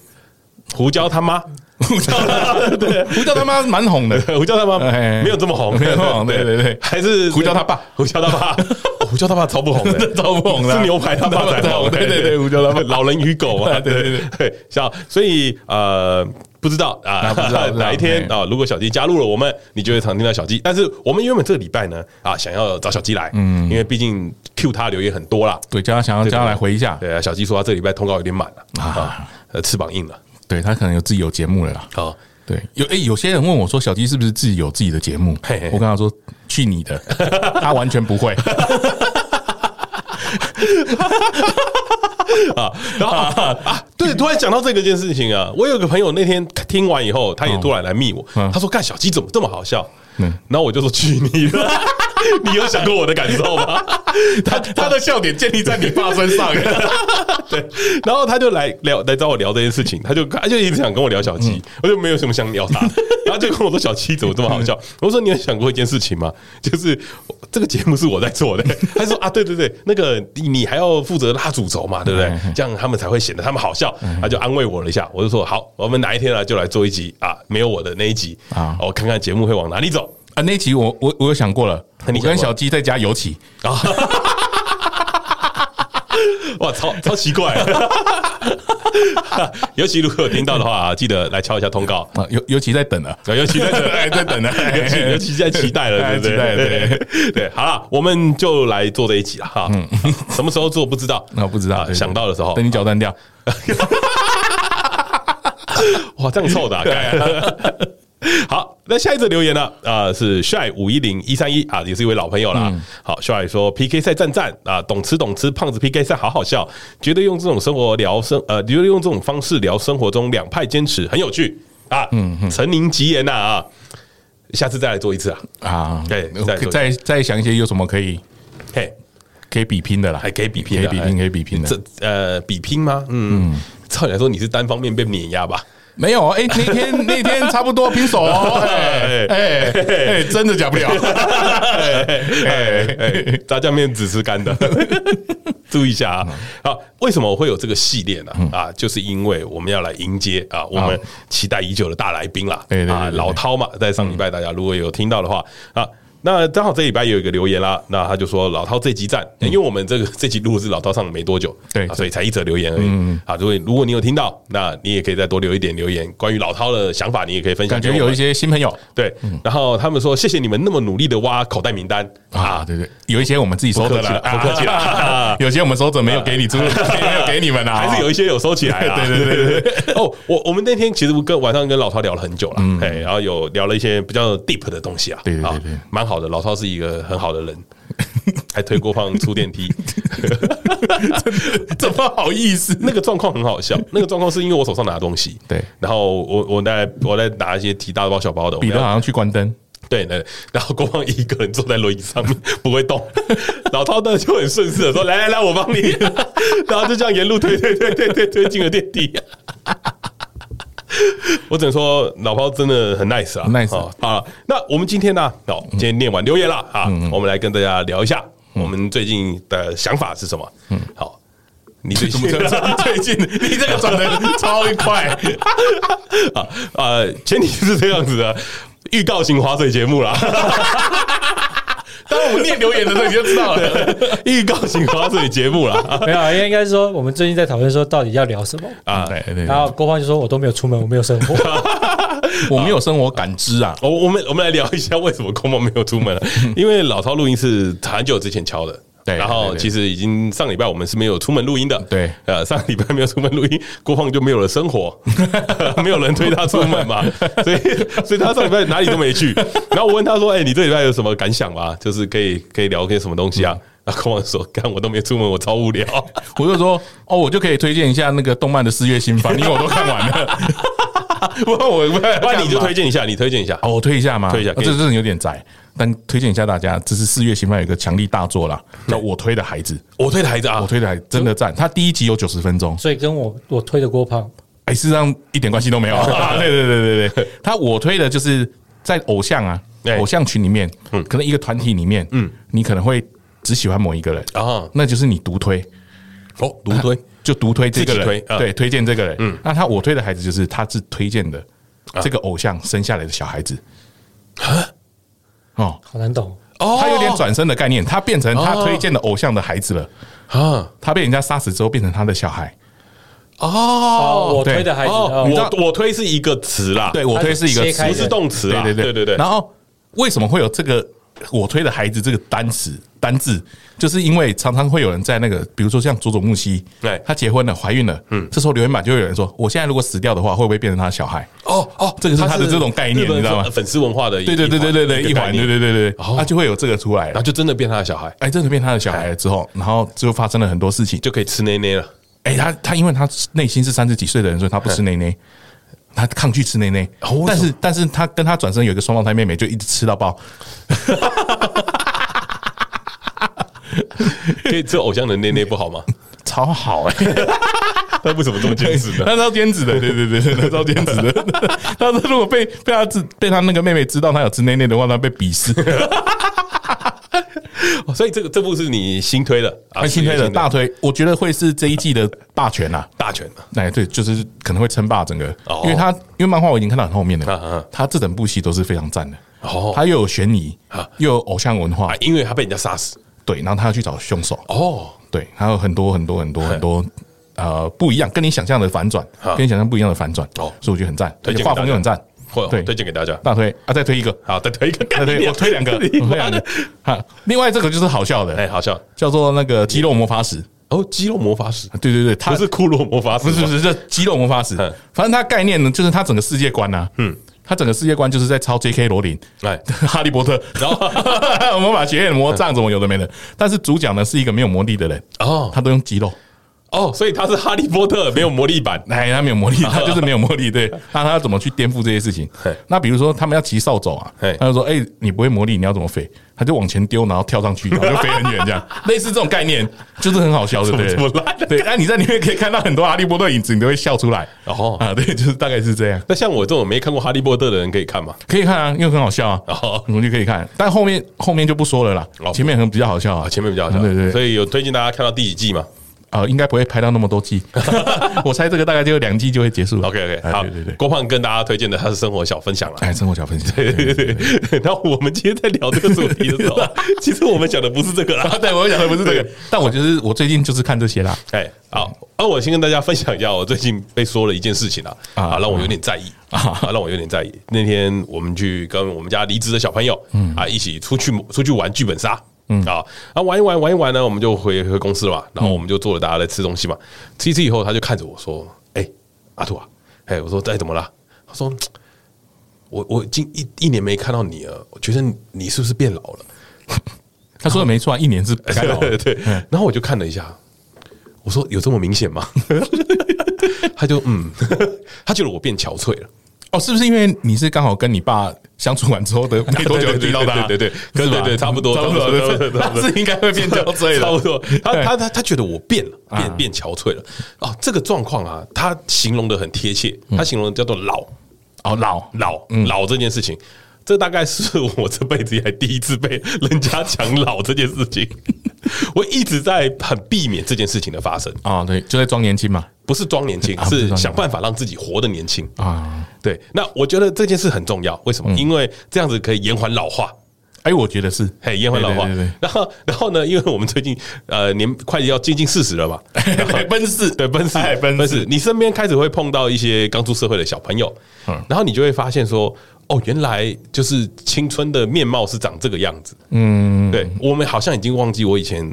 [SPEAKER 2] 胡椒他妈，
[SPEAKER 3] 胡椒 他妈，对， 胡椒他妈蛮红的。
[SPEAKER 2] 胡椒他妈
[SPEAKER 3] 哎
[SPEAKER 2] 没有这么红，
[SPEAKER 3] 没有这么红对对对
[SPEAKER 2] 还是
[SPEAKER 3] 胡椒他爸，，
[SPEAKER 2] 胡椒他爸，哦胡椒他爸超不红的
[SPEAKER 3] 超 不红的啊
[SPEAKER 2] 哦是牛排他爸才红，
[SPEAKER 3] 对对对胡椒他爸
[SPEAKER 2] 老人与狗啊，
[SPEAKER 3] 对对
[SPEAKER 2] 对，像所以呃。不知道啊
[SPEAKER 3] 啊不知道不，知道
[SPEAKER 2] 哪一天
[SPEAKER 3] 哎
[SPEAKER 2] 啊？如果小鸡加入了我们，你就会常听到小鸡。但是我们原本这个礼拜呢，啊，想要找小鸡来，嗯，因为毕竟 Q 他留言很多啦，
[SPEAKER 3] 对，叫他想要
[SPEAKER 2] 对
[SPEAKER 3] 叫哦他来回一下，
[SPEAKER 2] 对啊，小鸡说他这礼拜通告有点满了啊
[SPEAKER 3] 啊，
[SPEAKER 2] 呃，翅膀硬了。啊
[SPEAKER 3] 对他可能有自己有节目了啦。
[SPEAKER 2] 好，
[SPEAKER 3] 对，有诶、有些人问我说，小鸡是不是自己有自己的节目？
[SPEAKER 2] 嘿嘿
[SPEAKER 3] 我跟他说，去你的， 他完全不会。
[SPEAKER 2] 然后啊啊， 对，突然讲到这个件事情啊，我有个朋友那天听完以后，他也突然来密我，
[SPEAKER 3] 嗯
[SPEAKER 2] 他说：“干小鸡怎么这么好笑？”
[SPEAKER 3] 嗯
[SPEAKER 2] 然后我就说：“去你的！” 你有想过我的感受 吗？他他的笑点 建立在你爸身上，对。 然后他就来聊来找我聊这件事情，他就他就一直想跟我聊小
[SPEAKER 3] 嗯
[SPEAKER 2] 鸡，我就没有什么想聊他， 然后就跟我说：“小鸡怎么这么好笑？”我说：“你有想过一件事情吗？就是这个节目是我在做的。” 他说：“啊，对对对，那个你你还要负责拉主轴嘛，对不对
[SPEAKER 3] 嗯？
[SPEAKER 2] 这样他们才会显得他们好笑。他就安慰我了一下，我就说好，我们哪一天啊就来做一集啊，没有我的那一集啊
[SPEAKER 3] 啊，
[SPEAKER 2] 我看看节目会往哪里走
[SPEAKER 3] 啊，那集我我我有想过了，
[SPEAKER 2] 你
[SPEAKER 3] 我
[SPEAKER 2] 想过了
[SPEAKER 3] 跟小鸡在家游起，
[SPEAKER 2] 啊。哇，超超奇怪！啊 尤其如果有听到的话啊，记得来敲一下通告。
[SPEAKER 3] 啊，尤尤其在等了，
[SPEAKER 2] 啊尤其在 这
[SPEAKER 3] 哎，在等了，
[SPEAKER 2] 尤其尤其在期待了，对
[SPEAKER 3] 哎
[SPEAKER 2] 不对？
[SPEAKER 3] 期待了对
[SPEAKER 2] 对对，好了，我们就来做这一集了哈。什么时候做嗯不知 道，
[SPEAKER 3] 那我不知道
[SPEAKER 2] 啊，
[SPEAKER 3] 对对
[SPEAKER 2] 想到的时候
[SPEAKER 3] 等你脚断掉，
[SPEAKER 2] 哇，这样凑的、 啊，干好，那下一则留言呢？啊、是帅五一零一三一啊，也是一位老朋友啦。好，帅说 PK 赛赞赞啊，懂吃懂吃，胖子 PK 赛好好笑，觉得用这种生活聊生呃，觉得用这种方式聊生活中两派坚持很有趣啊。嗯，承您吉言呐啊下次再来做一次啊。
[SPEAKER 3] 啊，
[SPEAKER 2] 对
[SPEAKER 3] 我
[SPEAKER 2] 再
[SPEAKER 3] 可
[SPEAKER 2] 做
[SPEAKER 3] 再再想一些有什么可以
[SPEAKER 2] 嘿，
[SPEAKER 3] 可以比拼的啦，
[SPEAKER 2] 还可以比拼的，
[SPEAKER 3] 可以比拼，
[SPEAKER 2] 哎
[SPEAKER 3] 可以比拼的。
[SPEAKER 2] 这呃，比拼吗？嗯，照理来说你是单方面被碾压 吧？
[SPEAKER 3] 没有，哎，那天那天差不多平手哦，哎哎哎，真的假不了，
[SPEAKER 2] 哎哎，炸酱面只吃干的， 注意一下啊！
[SPEAKER 3] 嗯
[SPEAKER 2] 好，为什么我会有这个系列呢？啊，就是因为我们要来迎接啊，我们期待已久的大来宾啦
[SPEAKER 3] 对对，对嗯
[SPEAKER 2] 啊，
[SPEAKER 3] 对对
[SPEAKER 2] 老涛嘛，在上礼拜大家如果有听到的话啊。那刚好这礼拜也有一个留言啦，那他就说老涛这集赞，因为我们这个这集录是老涛上没多久，
[SPEAKER 3] 嗯对嗯
[SPEAKER 2] 啊所以才一则留言而已。啊，如果如果你有听到，那你也可以再多留一点留言，关于老涛的想法，你也可以分享
[SPEAKER 3] 感
[SPEAKER 2] 给我
[SPEAKER 3] 觉
[SPEAKER 2] 们。
[SPEAKER 3] 有一些新朋友
[SPEAKER 2] 对，
[SPEAKER 3] 嗯
[SPEAKER 2] 然后他们说谢谢你们那么努力的挖口袋名单
[SPEAKER 3] 啊，对对，有一些我们自己收
[SPEAKER 2] 不客
[SPEAKER 3] 着
[SPEAKER 2] 气了
[SPEAKER 3] 了，
[SPEAKER 2] 不客气了
[SPEAKER 3] 啊有些我们收着没有给你，出，没有给你们啊，
[SPEAKER 2] 还是有一些有收起来啦。
[SPEAKER 3] 对对嗯
[SPEAKER 2] 对对。 哦，我我们那天其实跟晚上跟老涛聊了很久了，哎，然后有聊了一些比较 deep 的东西啊，
[SPEAKER 3] 对对对
[SPEAKER 2] 啊
[SPEAKER 3] 对
[SPEAKER 2] 蛮好的。老涛是一个很好的 人，还推郭胖出电梯，
[SPEAKER 3] 怎么好意思？
[SPEAKER 2] 那个状况很好笑。那个状况是因为我手上拿东西，
[SPEAKER 3] 对
[SPEAKER 2] 然后我我在我在拿一些提大包小包的，我
[SPEAKER 3] 彼
[SPEAKER 2] 们
[SPEAKER 3] 得
[SPEAKER 2] 要
[SPEAKER 3] 好像去关灯，
[SPEAKER 2] 对对，然后郭胖一个人坐在轮椅上面不会动，老涛呢就很顺势的说：“来来来，我帮你。”然后就这样沿路推推推推推推进了电梯。我只能说，老涛真的很 nice 啊
[SPEAKER 3] nice
[SPEAKER 2] 哦好了，那我们今天呢、哦，今天念完留言了啊，我们来跟大家聊一下我们最近的想法是什么。嗯，好，你最近
[SPEAKER 3] 最近你这个转的超快，
[SPEAKER 2] 啊呃，前提是这样子的，预告型划水节目啦。
[SPEAKER 3] 当我们念留言的时候你就知道了。
[SPEAKER 2] 预告型划水节目啦。
[SPEAKER 4] 没有啊，因为应该是说我们最近在讨论说到底要聊什么，
[SPEAKER 2] 啊，
[SPEAKER 3] 对对，
[SPEAKER 4] 然后郭胖就说我都没有出门，我没有生活，
[SPEAKER 3] 我没有生活感知啊，
[SPEAKER 2] 哦啊 我我们我们来聊一下为什么空梦没有出门了，因为老涛录音是很久之前敲的。
[SPEAKER 3] 对
[SPEAKER 2] 然后
[SPEAKER 3] 对对
[SPEAKER 2] 其实已经上礼拜我们是没有出门录音的，
[SPEAKER 3] 对
[SPEAKER 2] 呃，上礼拜没有出门录音，郭胖就没有了生活， 没有人推他出门嘛，所以所以他上礼拜哪里都没去。然后我问他说：“哎、你这礼拜有什么感想吗？就是可以可以聊些什么东西啊？”然后郭胖说：“干，我都没出门，我超无 聊。
[SPEAKER 3] 我就说哦，我就可以推荐一下那个动漫的《四月新番》，因为我都看完 了。不然我不
[SPEAKER 2] 不然你就推
[SPEAKER 3] 荐
[SPEAKER 2] 荐一下，你推荐一下。
[SPEAKER 3] 哦，我推一下嘛，
[SPEAKER 2] 推一下
[SPEAKER 3] 啊
[SPEAKER 2] 可以
[SPEAKER 3] 这真的有点窄，但推荐一下大家，这是《四月新番》有一个强力大作啦，叫《我推的孩子》。
[SPEAKER 2] 我推的孩子啊，
[SPEAKER 3] 我推的孩子真的赞，他第一集有九十分钟，
[SPEAKER 4] 所以跟我我推的郭胖，
[SPEAKER 3] 哎，事实上一点关系都没有。 对对对对对，他我推的就是在偶像啊
[SPEAKER 2] 对，
[SPEAKER 3] 偶像群里面，可能一个团体里面，嗯，哦你可能会只喜欢某一个人，
[SPEAKER 2] 啊，
[SPEAKER 3] 那就是你独推，
[SPEAKER 2] 哦，独推
[SPEAKER 3] 就独推这个人，
[SPEAKER 2] 自己推啊
[SPEAKER 3] 对，推荐这个人。那他我推的孩子就是他是推荐的
[SPEAKER 2] 啊
[SPEAKER 3] 这个偶像生下来的小孩子。哦，
[SPEAKER 4] 好难懂。
[SPEAKER 2] 哦
[SPEAKER 3] 他有点转身的概念，他变成他推荐的偶像的孩子了。
[SPEAKER 2] 啊
[SPEAKER 3] 他被人家杀死之后，变成他的小孩。
[SPEAKER 4] 哦，
[SPEAKER 2] 哦
[SPEAKER 4] 我推的孩子，
[SPEAKER 2] 哦，
[SPEAKER 4] 哦
[SPEAKER 2] 我我推是一个词啦，
[SPEAKER 3] 对我推是一个
[SPEAKER 4] 切开
[SPEAKER 2] 不
[SPEAKER 4] 的
[SPEAKER 2] 是动词啦，
[SPEAKER 3] 对
[SPEAKER 2] 对
[SPEAKER 3] 对
[SPEAKER 2] 对对。
[SPEAKER 3] 然后为什么会有这个我推的孩子这个单词单字？就是因为常常会有人在那个，比如说像佐佐木希
[SPEAKER 2] 对，
[SPEAKER 3] 她结婚了，怀孕了，嗯，这时候留言板就会有人说，我现在如果死掉的话，会不会变成他的小孩？
[SPEAKER 2] 哦哦，
[SPEAKER 3] 这个是他的这种概念
[SPEAKER 2] 日本
[SPEAKER 3] 你知道吗
[SPEAKER 2] 粉粉丝文化的一
[SPEAKER 3] 对对对对对对，一
[SPEAKER 2] 个
[SPEAKER 3] 环，
[SPEAKER 2] 概
[SPEAKER 3] 对
[SPEAKER 2] 念
[SPEAKER 3] 对对对，
[SPEAKER 2] 哦
[SPEAKER 3] 他就会有这个出来
[SPEAKER 2] 然后
[SPEAKER 3] 了。
[SPEAKER 2] 就真的变他的小孩，
[SPEAKER 3] 哎，真的变他的小孩了之后，
[SPEAKER 2] 嗯
[SPEAKER 3] 然后就发生了很多事情。
[SPEAKER 2] 就可以吃奶奶 了。
[SPEAKER 3] 哎，他他因为他内心是三十几岁的人，所以他不吃内内，他抗拒吃内内
[SPEAKER 2] 哦为什么。
[SPEAKER 3] 但是但是他跟他转身有一个双胞胎妹妹，就一直吃到爆。
[SPEAKER 2] 可以做偶像的奶奶不好 吗？
[SPEAKER 3] 超好 哎、
[SPEAKER 2] 那为什么这么坚持呢？
[SPEAKER 3] 他招兼职的，对对对，对他招兼职的。他说如果被被他知被他那个妹妹知道他有吃内内的话，他被鄙视。
[SPEAKER 2] 哦所以这个这部是你新推的，啊
[SPEAKER 3] 他新推
[SPEAKER 2] 是
[SPEAKER 3] 的大推，我觉得会是这一季的霸权啦、
[SPEAKER 2] 大全啊，
[SPEAKER 3] 哎，对，就是可能会称霸整个
[SPEAKER 2] 哦，
[SPEAKER 3] 因为他因为漫画我已经看到很后面
[SPEAKER 2] 啊啊啊
[SPEAKER 3] 了，他这整部戏都是非常赞的。
[SPEAKER 2] 哦
[SPEAKER 3] 他又有悬疑
[SPEAKER 2] 啊，
[SPEAKER 3] 又有偶像文化
[SPEAKER 2] 啊，，因为他被人家杀死
[SPEAKER 3] 对，然后他要去找凶手，
[SPEAKER 2] 哦，
[SPEAKER 3] 对，还有很多很多很多很多呃不一样，跟你想象的反转，
[SPEAKER 2] 哎啊
[SPEAKER 3] 跟你想象不一样的反转，
[SPEAKER 2] 哦
[SPEAKER 3] 哦，所以我觉得很赞，
[SPEAKER 2] 推
[SPEAKER 3] 而
[SPEAKER 2] 荐
[SPEAKER 3] 且
[SPEAKER 2] 给大
[SPEAKER 3] 画
[SPEAKER 2] 家
[SPEAKER 3] 风又很赞，
[SPEAKER 2] 会
[SPEAKER 3] 对
[SPEAKER 2] 推荐给大家。
[SPEAKER 3] 大推啊，再推一个，
[SPEAKER 2] 好，再推一个，
[SPEAKER 3] 对对，我推两个，我
[SPEAKER 2] 哎 你
[SPEAKER 3] 推
[SPEAKER 2] 妈
[SPEAKER 3] 两
[SPEAKER 2] 的
[SPEAKER 3] 个。哈，另外这个就是好笑
[SPEAKER 2] 哎，
[SPEAKER 3] 的，
[SPEAKER 2] 好笑
[SPEAKER 3] 叫做那个肌肉魔法使。
[SPEAKER 2] 哦，肌肉魔法使
[SPEAKER 3] 对对对，它
[SPEAKER 2] 不是骷髅魔法使
[SPEAKER 3] 不
[SPEAKER 2] 吗，
[SPEAKER 3] 是不是这肌肉魔法使
[SPEAKER 2] 嗯，
[SPEAKER 3] 反正它概念呢，就是它整个世界观啊，嗯，它整个世界观就是在抄 J.K. 罗琳、
[SPEAKER 2] 哎，
[SPEAKER 3] 哈利波特，然后 魔法学院魔杖怎么有的没的，但是主角呢是一个没有魔力的人，
[SPEAKER 2] 哦
[SPEAKER 3] 他都用肌肉，
[SPEAKER 2] 哦，所以他是哈利波特没有魔力版
[SPEAKER 3] 哎，他没有魔力， 他就是没有魔力，对，那他要怎么去颠覆这些事情
[SPEAKER 2] 嘿？
[SPEAKER 3] 那比如说他们要骑扫帚啊
[SPEAKER 2] 嘿，
[SPEAKER 3] 他就说：“哎，你不会魔力，你要怎么飞？”他就往前丢，然后跳上去，然后就飞很远，这样 类似这种概念，就是很好笑，对不
[SPEAKER 2] 怎么这么
[SPEAKER 3] 对
[SPEAKER 2] 烂？
[SPEAKER 3] 对，那你在里面可以看到很多哈利波特影子，你都会笑出来。
[SPEAKER 2] 哦
[SPEAKER 3] 啊，对，就是大概是这样，
[SPEAKER 2] 那像我这种没看过哈利波特的人可以看吗？
[SPEAKER 3] 可以看啊，因为很好笑啊
[SPEAKER 2] 哦，
[SPEAKER 3] 我们就可以看，但后面后面就不说了啦
[SPEAKER 2] 哦，
[SPEAKER 3] 前面很比较好笑啊
[SPEAKER 2] 啊，，前面比较好笑，
[SPEAKER 3] 嗯对对对
[SPEAKER 2] 所以有推荐大家看到第几季嘛
[SPEAKER 3] 啊，应该不会拍到那么 多季，我猜这个大概就两季就会结束了。
[SPEAKER 2] ？OK OK，
[SPEAKER 3] 哎
[SPEAKER 2] 好
[SPEAKER 3] 对对，对，
[SPEAKER 2] 郭胖跟大家推荐的他是生活小分享了。
[SPEAKER 3] 哎，生活小分析，
[SPEAKER 2] 对对对对， 然后我们今天在聊这个主题的时 候，其实我们讲的不是这个啦
[SPEAKER 3] 啊，。对， 我讲的不是这个
[SPEAKER 2] 对，
[SPEAKER 3] 但我就是我最近就是看这些啦。
[SPEAKER 2] 哎，好，那我先跟大家分享一下，我最近被说了一件事情啊，
[SPEAKER 3] 啊
[SPEAKER 2] 啊，让我有点在意啊，让我有点在意。那天我们去跟我们家离职的小朋友，啊，一起出去出去玩剧本杀。嗯啊，啊玩一玩玩一玩呢，我们就回回公司了嘛，然后我们就坐着大家在吃东西嘛，吃一吃以后，他就看着我说：“哎、阿兔啊，哎、我说哎怎么了？”他说：“我我已经一一年没看到你了，我觉得你你是不是变老了？”
[SPEAKER 3] 他说的没错啊，一年是干扰 嗯
[SPEAKER 2] 对对。然后我就看了一下，我说有这么明显吗？ 他就嗯，他觉得我变憔悴 了。
[SPEAKER 3] 哦，是不是因为你是刚好跟你爸相处完之后的没多久遇到的啊？
[SPEAKER 2] 对对对对对
[SPEAKER 3] 是吧
[SPEAKER 2] 对对差不多
[SPEAKER 3] 差不
[SPEAKER 2] 差不多差不多
[SPEAKER 3] 多，
[SPEAKER 2] 差不多
[SPEAKER 3] 他 是应该 会变焦醉
[SPEAKER 2] 差不
[SPEAKER 3] 的。
[SPEAKER 2] 多。他
[SPEAKER 3] 对
[SPEAKER 2] 他他他觉得我变了，变
[SPEAKER 3] 啊
[SPEAKER 2] 变憔悴了。哦，这个状况啊，他形容的很贴切，
[SPEAKER 3] 嗯
[SPEAKER 2] 他形容的叫做老
[SPEAKER 3] 哦，老
[SPEAKER 2] 老老这件事情。这大概是我这辈子以来第一次被人家讲老这件事情， 我一直在很避免这件事情的发生，
[SPEAKER 3] 啊，对，就在装年轻嘛
[SPEAKER 2] 不是装年轻，
[SPEAKER 3] 啊不是装
[SPEAKER 2] 是
[SPEAKER 3] 年轻
[SPEAKER 2] 想办法让自己活得年轻。
[SPEAKER 3] 啊。
[SPEAKER 2] 对，那我觉得这件事很重要，为什
[SPEAKER 3] 嗯
[SPEAKER 2] 么？因为这样子可以延缓老化。
[SPEAKER 3] 哎，我觉得是，
[SPEAKER 2] 嘿，延缓老化
[SPEAKER 3] 对对对。
[SPEAKER 2] 然后，然后呢？因为我们最近呃年快要接近四十了嘛，然后
[SPEAKER 3] 对 奔四
[SPEAKER 2] 对奔四
[SPEAKER 3] 哎，奔
[SPEAKER 2] 奔四
[SPEAKER 3] 四，
[SPEAKER 2] 你身边开始会碰到一些刚出社会的小朋友，
[SPEAKER 3] 嗯
[SPEAKER 2] 然后你就会发现说，哦，原来就是青春的面貌是长这个样子。
[SPEAKER 3] 嗯，
[SPEAKER 2] 对我们好像已经忘记我以前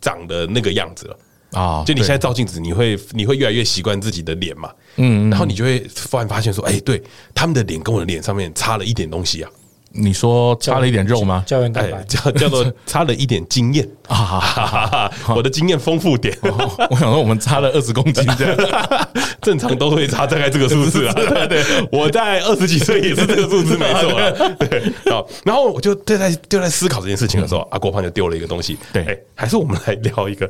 [SPEAKER 2] 长的那个样子了。
[SPEAKER 3] 啊
[SPEAKER 2] 就你现在照镜子，你会你会越来越习惯自己的脸嘛，嗯，然后你就会突然发现说，哎，对，他们的脸跟我的脸上面差了一点东西啊，
[SPEAKER 3] 你说差了一点肉吗？
[SPEAKER 4] 胶原蛋
[SPEAKER 2] 哎
[SPEAKER 4] 白，
[SPEAKER 2] 叫叫做差了一点经验
[SPEAKER 3] 啊好好
[SPEAKER 2] 啊，我的经验丰富点，
[SPEAKER 3] 哦 我想说我们 差了二十公斤这样，
[SPEAKER 2] 正常都会差大概这个数字啊。对对，我在二十几岁也是这个数字，没错啦。对，好，然后我就对在就在思考这件事情的时候，阿郭胖就丢了一个东西。
[SPEAKER 3] 对
[SPEAKER 2] 哎还是我们来聊一个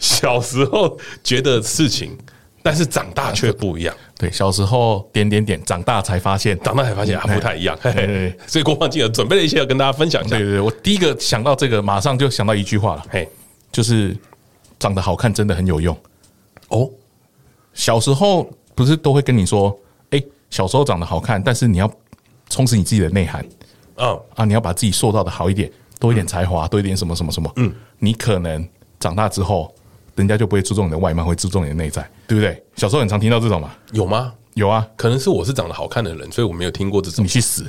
[SPEAKER 2] 小时候觉得事情，但是长大却不一样。
[SPEAKER 3] 对，小时候点点点，长大才发现。
[SPEAKER 2] 长大才发现啊，
[SPEAKER 3] 哎
[SPEAKER 2] 不太一样。嘿嘿
[SPEAKER 3] 对对
[SPEAKER 2] 所以郭胖今天准备了一些要跟大家分享一下
[SPEAKER 3] 哎对。对对，我第一个想到这个，马上就想到一句话了，
[SPEAKER 2] 嘿，
[SPEAKER 3] 就是长得好看真的很有用。
[SPEAKER 2] 哦，
[SPEAKER 3] 小时候不是都会跟你说，哎，小时候长得好看，但是你要充实你自己的内涵
[SPEAKER 2] 嗯，
[SPEAKER 3] 啊，你要把自己塑造的好一点，多一点才华，多一点什么什么什么。嗯，你可能长大之后，人家就不会注重你的外貌，会注重你的内在，对不对？小时候很常听到这种嘛，
[SPEAKER 2] 有吗？
[SPEAKER 3] 有啊，
[SPEAKER 2] 可能是我是长得好看的人，所以我没有听过这种
[SPEAKER 3] 你。去死。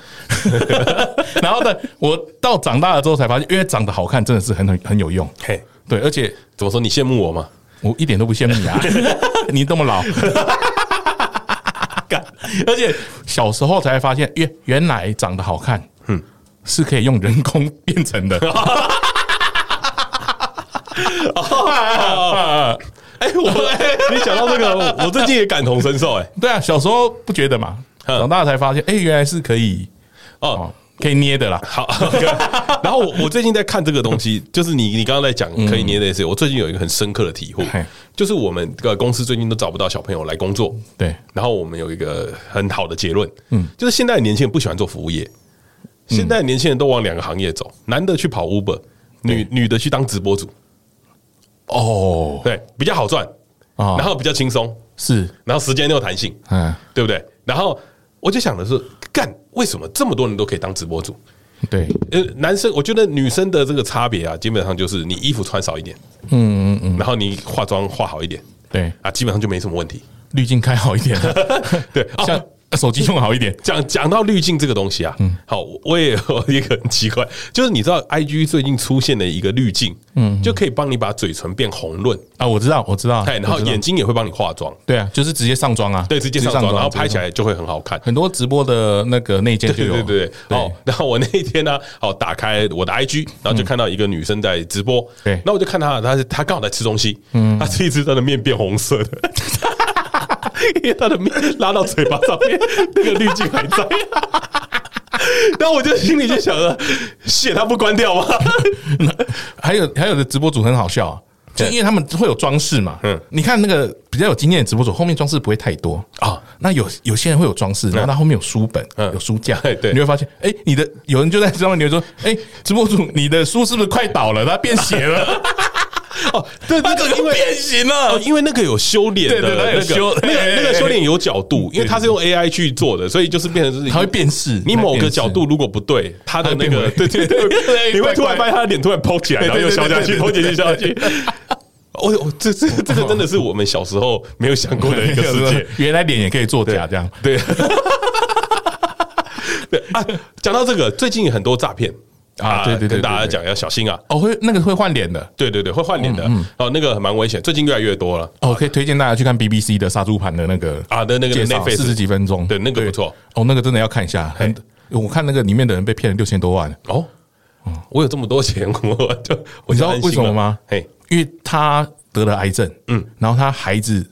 [SPEAKER 3] 然后呢，我到长大了之后才发现，因为长得好看真的是很很很有用。
[SPEAKER 2] 嘿，
[SPEAKER 3] 对，而且
[SPEAKER 2] 怎么说？你羡慕我吗？
[SPEAKER 3] 我一点都不羡慕你啊， 你这么老。干 而且小时候才发现，原原来长得好看，嗯，是可以用人工 变成的。
[SPEAKER 2] 啊 哎、我、 哎你讲到这个，我我最近也感同身受、哎，
[SPEAKER 3] 对啊，小时候不觉得嘛，
[SPEAKER 2] 嗯
[SPEAKER 3] 长大才发现，哎，原来是可以
[SPEAKER 2] 哦
[SPEAKER 3] 哦，，可以捏的啦。
[SPEAKER 2] 好。 然后我我最近在看这个东西， 就是你你刚刚在讲可以捏的事，我最近有一个很深刻的体悟
[SPEAKER 3] 嗯嘿，
[SPEAKER 2] 就是我们这个公司最近都找不到小朋友来工作，
[SPEAKER 3] 对，
[SPEAKER 2] 然后我们有一个很好的结论，嗯，就是现在的年轻人不喜欢做服务业，
[SPEAKER 3] 嗯
[SPEAKER 2] 现在的年轻人都往两个行业走，男的去跑 Uber，女女的去当直播主，
[SPEAKER 3] 哦，
[SPEAKER 2] 对，比较好赚，
[SPEAKER 3] 啊
[SPEAKER 2] 然后比较轻松，
[SPEAKER 3] 是，
[SPEAKER 2] 然后时间又弹性，
[SPEAKER 3] 嗯，
[SPEAKER 2] 对不对？然后我就想的是，干为什么这么多人都可以当直播主？
[SPEAKER 3] 对，
[SPEAKER 2] 呃，男生我觉得女生的这个差别啊，基本上就是你衣服穿少一点，
[SPEAKER 3] 嗯嗯嗯，
[SPEAKER 2] 然后你化妆化好一点
[SPEAKER 3] 对，
[SPEAKER 2] 啊，基本上就没什么问 题。
[SPEAKER 3] 滤镜开好一 点啊，
[SPEAKER 2] 对，哦
[SPEAKER 3] 像，手机用好一点。
[SPEAKER 2] 讲讲到滤镜这个东西啊，好，我也有一个很奇怪， 就是你知道，I G 最近出现了一个滤镜，嗯，就可以帮你把嘴唇变红润，
[SPEAKER 3] 啊，我知道，我知道，
[SPEAKER 2] 哎，然后
[SPEAKER 3] 我知道
[SPEAKER 2] 眼睛也会帮你化妆，
[SPEAKER 3] 对啊，就是直接上妆啊，
[SPEAKER 2] 对，直接上妆，然后拍起
[SPEAKER 3] 来。
[SPEAKER 2] 来就会很好看。
[SPEAKER 3] 很多直播的那个内件就
[SPEAKER 2] 对
[SPEAKER 3] 有，
[SPEAKER 2] 对对对，哦，然后我 那一天呢，哦，打开我的 IG，然后就看到一个女生在直播，
[SPEAKER 3] 对
[SPEAKER 2] 那我就看她，她是她刚好在吃东西，嗯，她吃一吃，她的面变红色的， 因为她的面拉到嘴巴上面，那个滤镜还在。 然后我就心里就想了，谢她不关掉吗？
[SPEAKER 3] 还有还有的直播主很好笑、啊，就因为他们会有装饰嘛，
[SPEAKER 2] 嗯
[SPEAKER 3] 嗯，你看那个比较有经验的直播主，后面装饰不会太多
[SPEAKER 2] 啊
[SPEAKER 3] 啊。那有有些人会有装饰，然后他后面有书本，
[SPEAKER 2] 嗯
[SPEAKER 3] 有书架
[SPEAKER 2] 哎， 对
[SPEAKER 3] 你会发现，哎，你的有人就在上面，你会说，哎，直播主，你的书是不是快倒了？它变斜了，
[SPEAKER 2] 哦，对，那
[SPEAKER 3] 它整个变形
[SPEAKER 2] 哦，
[SPEAKER 3] 了。
[SPEAKER 2] 因为那个有修脸的，
[SPEAKER 3] 对对对
[SPEAKER 2] 那个
[SPEAKER 3] 有修
[SPEAKER 2] 那个那
[SPEAKER 3] 嘿嘿
[SPEAKER 2] 个
[SPEAKER 3] 嘿
[SPEAKER 2] 修脸有角度，因为它是用 AI 去做的，所以就是变成就是
[SPEAKER 3] 它会变势，
[SPEAKER 2] 你某
[SPEAKER 3] 它会
[SPEAKER 2] 个
[SPEAKER 3] 变势
[SPEAKER 2] 角度如果不对，他的那个对对
[SPEAKER 3] 它会变回
[SPEAKER 2] 对，对
[SPEAKER 3] 对
[SPEAKER 2] 你会突然
[SPEAKER 3] 怪怪
[SPEAKER 2] 发现他的脸突然抛起来，然后又消下去，
[SPEAKER 3] 对对对对对
[SPEAKER 2] 抛起来又消下去。我我哦这这这个真的是我们小时候没有想过的 一个世界，
[SPEAKER 3] 原来脸也可以作假这样。
[SPEAKER 2] 对。 对啊，讲到这个，最近很多诈骗
[SPEAKER 3] 啊对对对
[SPEAKER 2] 跟大家
[SPEAKER 3] 对对
[SPEAKER 2] 讲要小心啊。
[SPEAKER 3] 哦，会那个会换脸的。
[SPEAKER 2] 对对对，会换脸的，哦，那个蛮危险，最近越来越多了。
[SPEAKER 3] 哦，可以推荐大家去看 BBC 的杀猪盘的那个
[SPEAKER 2] 啊对那个
[SPEAKER 3] 介绍
[SPEAKER 2] Netflix
[SPEAKER 3] 四十几分钟，
[SPEAKER 2] 对那个不错。
[SPEAKER 3] 哦，那个真的要看一下。很，我看那个里面的人被骗了六千多万，
[SPEAKER 2] 哦，我有这么多钱，我就我就
[SPEAKER 3] 你知道
[SPEAKER 2] 安心了
[SPEAKER 3] 为什么吗
[SPEAKER 2] 嘿，
[SPEAKER 3] 因为他得了癌症，嗯，然后他孩子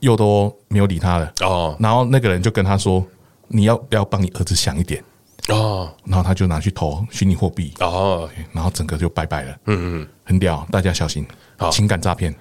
[SPEAKER 3] 又都没有理他了，
[SPEAKER 2] 哦
[SPEAKER 3] 然后那个人就跟他说：“你要不要帮你儿子想一点
[SPEAKER 2] 哦？”
[SPEAKER 3] 然后他就拿去投虚拟货币，
[SPEAKER 2] 哦，
[SPEAKER 3] 然后整个就拜拜了。嗯嗯，很屌，大家小心
[SPEAKER 2] 好
[SPEAKER 3] 情感诈骗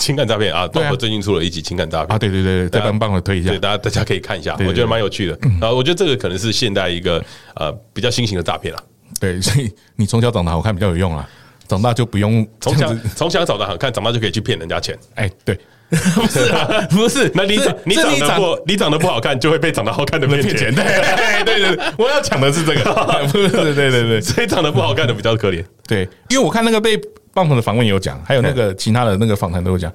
[SPEAKER 2] 情感诈骗啊，
[SPEAKER 3] 对
[SPEAKER 2] 包
[SPEAKER 3] 啊
[SPEAKER 2] 括最近出了一集情感诈骗
[SPEAKER 3] 啊！对对对，
[SPEAKER 2] 对
[SPEAKER 3] 再
[SPEAKER 2] 啊
[SPEAKER 3] 帮帮我推一下
[SPEAKER 2] 对，。大家大家可以看一下，
[SPEAKER 3] 对对嗯
[SPEAKER 2] 我觉得蛮有趣的。啊，我觉得这个可能是现代一个呃比较新型的诈骗了。啊
[SPEAKER 3] 对， 所以你从小长得好看比较有用啊，长 大就不用这
[SPEAKER 2] 从
[SPEAKER 3] 样
[SPEAKER 2] 小
[SPEAKER 3] 子。
[SPEAKER 2] 从小长得好看，长大就可以去骗人家钱。
[SPEAKER 3] 哎，对，不是啊 不是，
[SPEAKER 2] 那你
[SPEAKER 3] 是
[SPEAKER 2] 长你
[SPEAKER 3] 是
[SPEAKER 2] 长得不你长得不好看，就会被长得好看的骗
[SPEAKER 3] 骗
[SPEAKER 2] 钱
[SPEAKER 3] 钱，。对对 对对，我要讲的是这个， 不是对对对对
[SPEAKER 2] 所以长得不好看的比较可怜。
[SPEAKER 3] 对，因为我看那个被棒粉的访问也有讲，还有那个其他的那个访谈都有讲，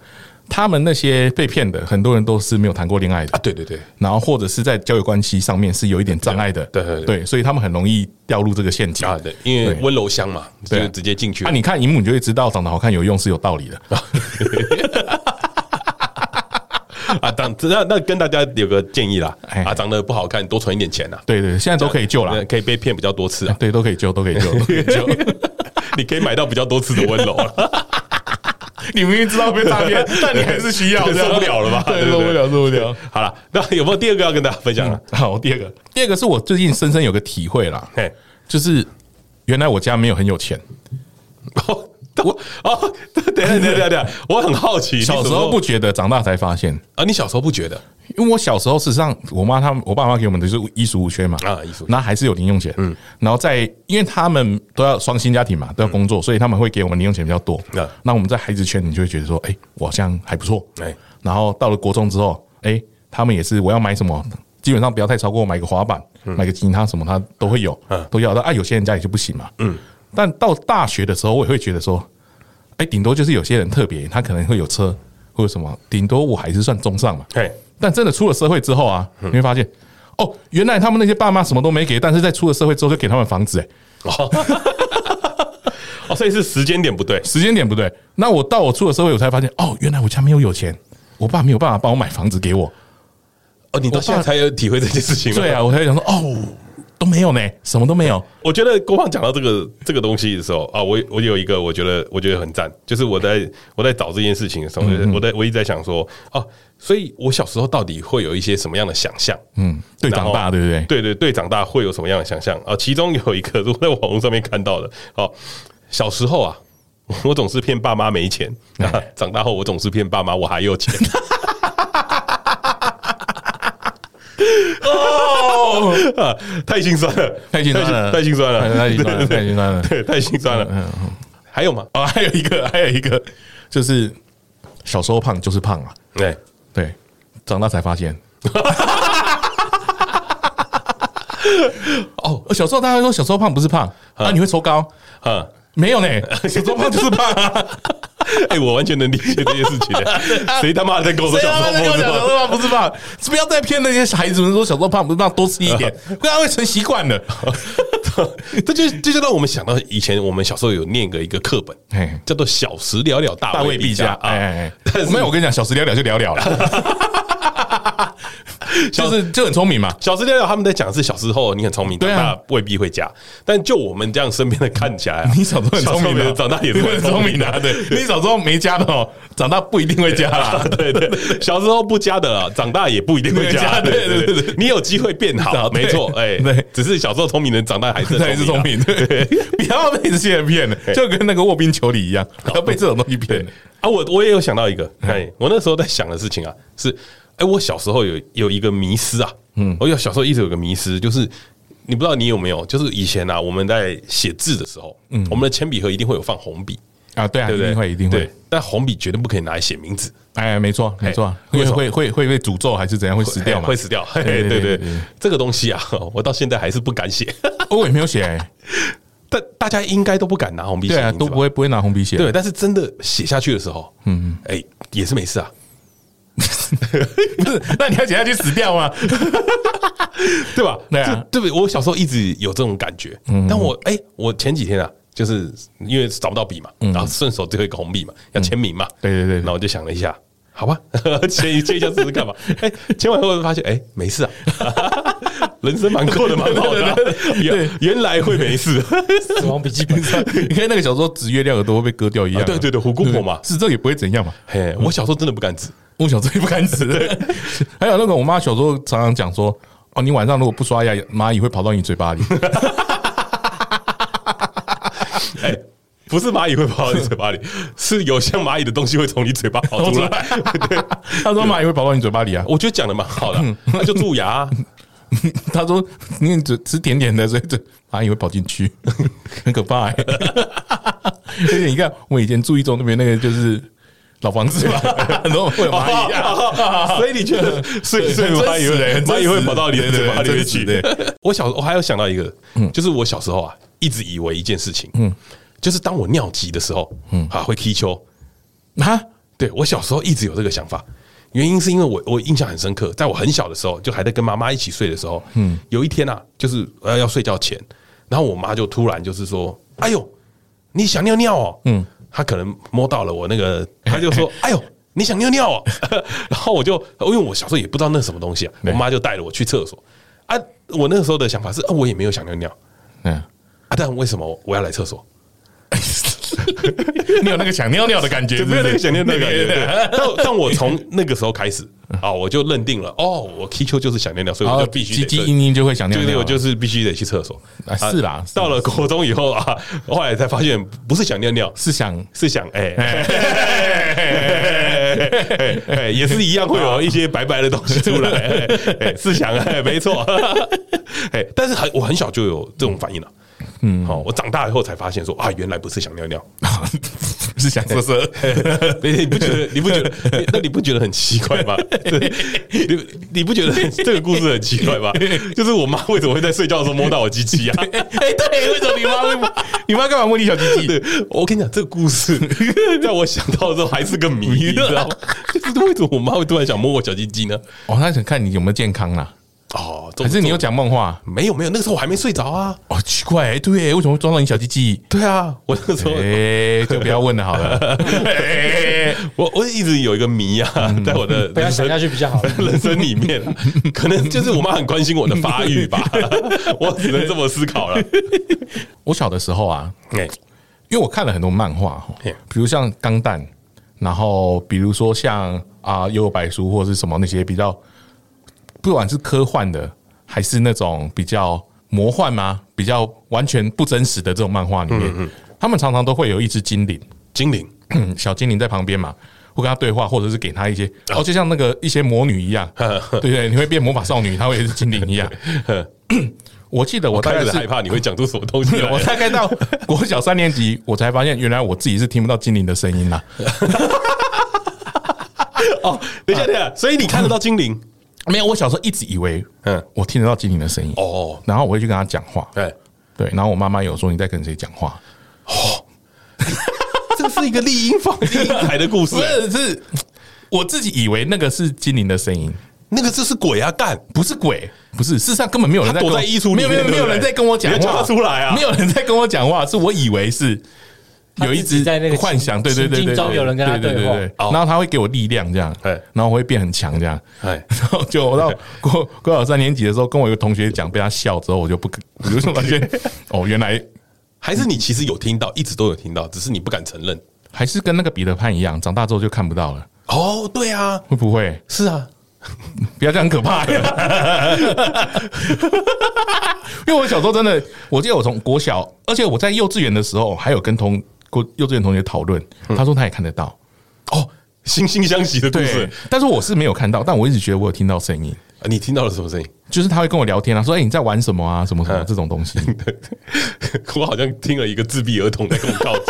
[SPEAKER 3] 他们那些被骗的，很多人都是没有谈过恋爱的
[SPEAKER 2] 啊，，对对对，
[SPEAKER 3] 然后或者是在交友关系上面是有一点障碍的，
[SPEAKER 2] 对对对
[SPEAKER 3] 所以他们很容易掉入这个陷阱
[SPEAKER 2] 啊对，因为
[SPEAKER 3] 对
[SPEAKER 2] 温柔乡嘛，
[SPEAKER 3] 对啊
[SPEAKER 2] 就直接进去
[SPEAKER 3] 啊，你看荧幕你就会知道长得好看有用是有道理的，
[SPEAKER 2] 啊，当那那跟大家有个建议啦，
[SPEAKER 3] 哎
[SPEAKER 2] 啊，长得不好看，多存一点钱呐，
[SPEAKER 3] 对对，现在都可以救啦哎
[SPEAKER 2] 呃，可以被骗比较多次啊，
[SPEAKER 3] 对，都可以救，都可以救。都 可以救
[SPEAKER 2] 你可以买到比较多次的温柔啊了，
[SPEAKER 3] 你明明知道被诈骗，但你还是需要，
[SPEAKER 2] 受
[SPEAKER 3] 这样
[SPEAKER 2] 不了了吧？
[SPEAKER 3] 对，
[SPEAKER 2] 对
[SPEAKER 3] 受不
[SPEAKER 2] 对
[SPEAKER 3] 了，受不了。 嗯
[SPEAKER 2] 好了，那有没有第二个要跟大家分享啊？
[SPEAKER 3] 好，第二个，第二个是我最近深深有个体会啦，
[SPEAKER 2] 嘿，
[SPEAKER 3] 就是原来我家没有很有钱，
[SPEAKER 2] 哦，我哦， 等一下等一下等一下等一 下，我很好奇，
[SPEAKER 3] 小时
[SPEAKER 2] 你什
[SPEAKER 3] 候
[SPEAKER 2] 么
[SPEAKER 3] 不觉得，长大才发现。
[SPEAKER 2] 啊，你小时候不觉得
[SPEAKER 3] 因为我小时候事实上，我妈他们，我爸妈给我们的就是衣食无缺嘛，
[SPEAKER 2] 啊衣食无缺
[SPEAKER 3] 那还是有零用钱，嗯，然后在因为他们都要双薪家庭嘛，都要工作，所以他们会给我们零用钱比较多
[SPEAKER 2] 啊。
[SPEAKER 3] 那我们在孩子圈，你就会觉得说，哎，我好像还不错，
[SPEAKER 2] 哎
[SPEAKER 3] 哎，然后到了国中之后，哎，他们也是我要买什么，基本上不要太超过买个滑板、买个吉他什么，他都会有
[SPEAKER 2] 嗯，
[SPEAKER 3] 都要。但啊，有些人家里就不行嘛，嗯。但到大学的时候，我也会觉得说，哎，顶多就是有些人特别，他可能会有车或者什么，顶多我还是算中上嘛，
[SPEAKER 2] 嘿，
[SPEAKER 3] 但真的出了社会之后啊，你会发现，哦，原来他们那些爸妈什么都没给，但是在出了社会之后就给他们房子、欸，
[SPEAKER 2] 哦，所以是时间点不对，
[SPEAKER 3] 时间点不对。那我到我出了社会，我才发现，哦，原来我家没有有钱，我爸没有办法帮我买房子给我。
[SPEAKER 2] 哦，你到
[SPEAKER 3] 我爸
[SPEAKER 2] 现在才有体会这件事情吗？
[SPEAKER 3] 对啊，我才会想说，哦，都没有呢，什么都没有。
[SPEAKER 2] 我觉得郭胖讲到这个这个东西的时候啊，我我有一个我觉得我觉得很赞，就是我在我在找这件事情的时候，我在我一直在想说哦，所以我小时候到底会有一些什么样的想象？
[SPEAKER 3] 嗯，对，
[SPEAKER 2] 然
[SPEAKER 3] 长
[SPEAKER 2] 后
[SPEAKER 3] 大对不对？
[SPEAKER 2] 对对对，长大会有什么样的想象啊？其中有一个， 我在网络上面看到的，哦，小时候啊，我总是骗爸妈没钱，
[SPEAKER 3] 哎
[SPEAKER 2] 啊、长大后我总是骗爸妈我还有钱。 哦，啊太心酸了，
[SPEAKER 3] 太心酸了
[SPEAKER 2] 太心酸了，
[SPEAKER 3] 太心酸
[SPEAKER 2] 对对对
[SPEAKER 3] 了太心酸了嗯
[SPEAKER 2] 对，太心酸了。还有吗？
[SPEAKER 3] 啊、还有一个，还有一个，就是小时候胖就是胖啊，
[SPEAKER 2] 对，
[SPEAKER 3] 对，长大才发现。 哦，小时候大家说小时候胖不是胖啊，你会抽高，
[SPEAKER 2] 啊，
[SPEAKER 3] 没有呢， 小时候胖就是胖啊。
[SPEAKER 2] 哎，我完全能理解这件事 情的。谁他妈的在跟我说
[SPEAKER 3] 对
[SPEAKER 2] 小
[SPEAKER 3] 啊，
[SPEAKER 2] 时候
[SPEAKER 3] 那个
[SPEAKER 2] 梦是
[SPEAKER 3] 小时
[SPEAKER 2] 吧？
[SPEAKER 3] 候胖不是胖，不要再骗那些孩子们说小时候胖不是胖，多吃一点，不然会成习惯 了。
[SPEAKER 2] 这就这就让我们想到以前我们小时候有念个一个课本
[SPEAKER 3] 嘿，
[SPEAKER 2] 叫做《小时了了，大
[SPEAKER 3] 大
[SPEAKER 2] 未
[SPEAKER 3] 卫
[SPEAKER 2] 必
[SPEAKER 3] 必
[SPEAKER 2] 佳
[SPEAKER 3] 加，》
[SPEAKER 2] 啊。
[SPEAKER 3] 哎
[SPEAKER 2] 但
[SPEAKER 3] 哎，
[SPEAKER 2] 是
[SPEAKER 3] 没有，我跟你讲，小时聊聊就聊聊了， 就是就很聪明嘛。
[SPEAKER 2] 小时了了，他们在讲的是小时候你很聪明，长
[SPEAKER 3] 对啊
[SPEAKER 2] 大未必会加。但就我们这样身边的看起来啊，
[SPEAKER 3] 你小时候很聪明
[SPEAKER 2] 小时
[SPEAKER 3] 的，
[SPEAKER 2] 候长大也是
[SPEAKER 3] 你很聪明的啊，对，你小时候没加的哦，长大不一定会加 啦。
[SPEAKER 2] 对对，小时候不加的啦，长大也不一定会加。
[SPEAKER 3] 对对对对，
[SPEAKER 2] 你有机会变好，
[SPEAKER 3] 啊对
[SPEAKER 2] 没错。哎，
[SPEAKER 3] 对
[SPEAKER 2] 只是小时候聪明人，长大还是很
[SPEAKER 3] 才是聪
[SPEAKER 2] 啊。
[SPEAKER 3] 明，对， 不要被这些人骗了，就跟那个卧冰求鲤一样，不要被这种东西骗
[SPEAKER 2] 对。啊，我我也有想到一个，哎，我那时候在想的事情啊，是，哎，我小时候有有一个迷失啊，嗯，我有小时候一直有个迷失，就是你不知道你有没有，就是以前啊，我们在写字的时候，嗯，我们的铅笔盒一定会有放红笔，
[SPEAKER 3] 啊！对啊，
[SPEAKER 2] 对
[SPEAKER 3] 一
[SPEAKER 2] 不对？
[SPEAKER 3] 定会，一定
[SPEAKER 2] 对
[SPEAKER 3] 会。，
[SPEAKER 2] 但红笔绝对不可以拿来写名字，
[SPEAKER 3] 哎，没错，没错，
[SPEAKER 2] 哎为
[SPEAKER 3] 会
[SPEAKER 2] 什么
[SPEAKER 3] 会会会被诅咒还是怎样？会死掉嘛？
[SPEAKER 2] 会死掉。嘿
[SPEAKER 3] 对
[SPEAKER 2] 对
[SPEAKER 3] 对
[SPEAKER 2] 对
[SPEAKER 3] 对
[SPEAKER 2] 对
[SPEAKER 3] 对，
[SPEAKER 2] 这个东西啊，我到现在还是不敢写，
[SPEAKER 3] 哦我也没有写，哎
[SPEAKER 2] 但大家应该都不敢拿红笔写
[SPEAKER 3] 对啊，
[SPEAKER 2] 名字
[SPEAKER 3] 都
[SPEAKER 2] 吧
[SPEAKER 3] 不会不会拿红笔写。
[SPEAKER 2] 对，但是真的写下去的时候，嗯，哎，也是没事啊，
[SPEAKER 3] 不是， 那你要写下去死掉啊吗？
[SPEAKER 2] 对吧？
[SPEAKER 3] 对啊嗯
[SPEAKER 2] 这对不对？我小时候一直有这种感觉，但我哎、我前几天啊，就是因为找不到笔嘛，然后顺手丢一个红笔嘛，要签名嘛，
[SPEAKER 3] 嗯对对对对
[SPEAKER 2] 然后我就想了一下，好吧，签一签一下试试看吧。哎、签完后发现，哎、没事啊， 人生蛮过得蛮好的啊、原原来会没事，
[SPEAKER 4] 死亡笔 记本
[SPEAKER 3] 你看那个小时候指月亮耳朵会被割掉一样啊。
[SPEAKER 2] 啊对对对虎姑婆嘛
[SPEAKER 3] 是这也不会怎样嘛。
[SPEAKER 2] 嘿，我小时候真的不敢指，
[SPEAKER 3] 我小时候也不敢指。 还有那个我妈小时候常常讲说，哦，你晚上如果不刷牙，蚂蚁会跑到你嘴巴里。
[SPEAKER 2] 哎、不是蚂蚁会跑到你嘴巴里， 是有像蚂蚁的东西会从你嘴巴跑出来。 对，
[SPEAKER 3] 她说蚂蚁会跑到你嘴巴里啊。
[SPEAKER 2] 我觉得讲的蛮好
[SPEAKER 3] 嗯
[SPEAKER 2] 的，那就蛀牙啊、
[SPEAKER 3] 她说你只吃甜点的，所以这蚂蚁会跑进去， 很可怕、欸。 而且你看，我以前住一中那边那个就是老房子嘛， 然后会有蚂蚁啊。
[SPEAKER 2] 啊， 所以你觉得，所以所以
[SPEAKER 3] 很真
[SPEAKER 2] 蚂蚁
[SPEAKER 3] 实欸
[SPEAKER 2] 会
[SPEAKER 3] 很真
[SPEAKER 2] 蚂蚁
[SPEAKER 3] 实
[SPEAKER 2] 会跑到你的
[SPEAKER 3] 对对
[SPEAKER 2] 嘴巴里面
[SPEAKER 3] 很真
[SPEAKER 2] 去
[SPEAKER 3] 实对。嗯
[SPEAKER 2] 我小我还有想到一个，就是我小时候啊，一直以为一件事情，嗯，就是当我尿急的时候，嗯啊，会踢球。
[SPEAKER 3] 啊，
[SPEAKER 2] 对我小时候一直有这个想法，原因是因为我我印象很深刻，在我很小的时候，就还在跟妈妈一起睡的时候，嗯，有一天啊，就是呃要睡觉前，然后我妈就突然就是说：“哎呦，你想尿尿哦。”嗯，她可能摸到了我那个，她就说：“哎呦。”你想尿尿哦， 然后我就因为我小时候也不知道那是什么东西啊，我
[SPEAKER 3] 对
[SPEAKER 2] 妈就带了我去厕所啊。我那个时候的想法是，啊，我也没有想尿尿
[SPEAKER 3] 嗯，
[SPEAKER 2] 啊，但为什么我要来厕所？
[SPEAKER 3] 你有那个想尿尿的感觉，
[SPEAKER 2] 就没有那个想念那个感觉。
[SPEAKER 3] 对对
[SPEAKER 2] 对
[SPEAKER 3] 对
[SPEAKER 2] 但但我从那个时候开始啊，我就认定了哦，我踢球就是想尿尿，所以
[SPEAKER 3] 然
[SPEAKER 2] 我
[SPEAKER 3] 后
[SPEAKER 2] 就必须
[SPEAKER 3] 唧
[SPEAKER 2] 得
[SPEAKER 3] 唧
[SPEAKER 2] 去
[SPEAKER 3] 嘤嘤就会想尿
[SPEAKER 2] 对对，
[SPEAKER 3] 尿，
[SPEAKER 2] 我就是必须得去厕所。
[SPEAKER 3] 啊是啦是
[SPEAKER 2] 到了国中以后啊，后来才发现不是想尿尿，
[SPEAKER 3] 是想
[SPEAKER 2] 是想哎哎哎哎哎，也是一样会有一些白白的东西出来，哎哎是想哎，没错，哎，但是很我很小就有这种反应了。嗯，好，我长大以后才发现说啊，原来不是想尿尿，
[SPEAKER 3] 是想 色色，
[SPEAKER 2] 你你不觉得？你不觉得？ 你那你不觉得很奇怪吗？ 对你你不觉得很这个故事很奇怪 吗？就是我妈为什么会在睡觉的时候摸到我鸡鸡啊？
[SPEAKER 3] 哎，对，为什么你妈会？你妈干嘛摸你小鸡鸡？
[SPEAKER 2] 对，我跟你讲，这个故事 在我想到的时候还是个 谜，你知道吗？就是为什么我妈会突然想摸我小鸡鸡呢？
[SPEAKER 3] 哦，他想看你有没有健康啦，
[SPEAKER 2] 哦，
[SPEAKER 3] 还
[SPEAKER 2] 总
[SPEAKER 3] 是你有讲梦话？
[SPEAKER 2] 没有没有，那个时候我还没睡着啊。
[SPEAKER 3] 哦，奇怪，哎，对耶，为什么会装到你小鸡鸡？
[SPEAKER 2] 对啊，我那时候
[SPEAKER 3] 哎，就不要问了好了。 哎
[SPEAKER 2] 我我一直有一个谜啊，在我的
[SPEAKER 4] 嗯不要
[SPEAKER 2] 人
[SPEAKER 4] 想
[SPEAKER 2] 生
[SPEAKER 4] 下去比较 好。
[SPEAKER 2] 人生里面，啊 可能就是我妈很关心我的发育吧，我只能这么思考了。
[SPEAKER 3] 我小的时候啊，
[SPEAKER 2] 哎，
[SPEAKER 3] 因为我看了很多漫画哈
[SPEAKER 2] 嘿，
[SPEAKER 3] 比如像《钢弹》，然后比如说像啊《幽游白书》或是什么那些比较，不管是科幻的还是那种比较魔幻吗？比较完全不真实的这种漫画里面，他们常常都会有一只精灵，
[SPEAKER 2] 精灵，
[SPEAKER 3] 小精灵在旁边嘛。会跟他对话，或者是给他一些，哦，就像那个一些魔女一样，对不对？你会变魔法少女，她会是精灵一样。 我记得我大
[SPEAKER 2] 开
[SPEAKER 3] 概
[SPEAKER 2] 始
[SPEAKER 3] 是
[SPEAKER 2] 害怕你会讲出什么东西
[SPEAKER 3] 对
[SPEAKER 2] 来
[SPEAKER 3] 我。大概到国小三年级，我才发现原来我自己是听不到精灵的声音啦。
[SPEAKER 2] 哦，等一
[SPEAKER 3] 啊
[SPEAKER 2] 下，等一下，所以你看得到精灵？
[SPEAKER 3] 没有，我小时候一直以为，
[SPEAKER 2] 嗯
[SPEAKER 3] 嗯，我听得到精灵的声音，
[SPEAKER 2] 哦，哎
[SPEAKER 3] 然后我会去跟他讲话，
[SPEAKER 2] 对，
[SPEAKER 3] 对，然后我妈妈有说你在跟谁讲话，
[SPEAKER 2] 这是一个丽婴 放丽婴台的故事
[SPEAKER 3] 不，是是，我自己以为那个是精灵的声音，
[SPEAKER 2] 那个就是鬼啊，干！
[SPEAKER 3] 不是鬼，不是，事实上根本没有人在跟我
[SPEAKER 2] 他躲在衣橱里
[SPEAKER 3] 没有没有
[SPEAKER 2] 面
[SPEAKER 3] 没有人在跟我讲
[SPEAKER 2] 对不对你
[SPEAKER 3] 话
[SPEAKER 2] 要叫他出来啊
[SPEAKER 3] 没有人在跟我讲话，是我以为是。
[SPEAKER 4] 他
[SPEAKER 3] 有一
[SPEAKER 4] 自己
[SPEAKER 3] 只
[SPEAKER 4] 在那个情
[SPEAKER 3] 幻想，对对对
[SPEAKER 4] 情
[SPEAKER 3] 对，
[SPEAKER 4] 境中有人跟他
[SPEAKER 3] 对
[SPEAKER 4] 对话
[SPEAKER 2] 哦
[SPEAKER 3] 然后他会给我力量，这样
[SPEAKER 2] 哎，
[SPEAKER 3] 然后我会变很强，这样，
[SPEAKER 2] 哎，
[SPEAKER 3] 然后就我到国国小三年级的时候，跟我一个同学讲，被他笑之后，我就不，我就发 现哦，原来
[SPEAKER 2] 还是你其实有听到，一直都有听到，只是你不敢承认。
[SPEAKER 3] 还是跟那个彼得潘一样，长大之后就看不到了，
[SPEAKER 2] 哦，对啊，
[SPEAKER 3] 会不会？
[SPEAKER 2] 是啊，
[SPEAKER 3] 不要这样可怕呀！ 因为我小时候真的，我记得我从国小，而且我在幼稚园的时候，还有跟同国幼稚园同学讨论，
[SPEAKER 4] 嗯
[SPEAKER 3] 他说他也看得到，
[SPEAKER 2] 哦，惺惺相惜的故事
[SPEAKER 3] 对，，但是我是没有看到，但我一直觉得我有听到声音。
[SPEAKER 2] 啊你听到了什么声音？
[SPEAKER 3] 就是他会跟我聊天啊，说哎、你在玩什么啊，什么什么
[SPEAKER 2] 嗯
[SPEAKER 3] 这种东西，
[SPEAKER 2] 我好像听了一个自闭儿童在跟我告 诫，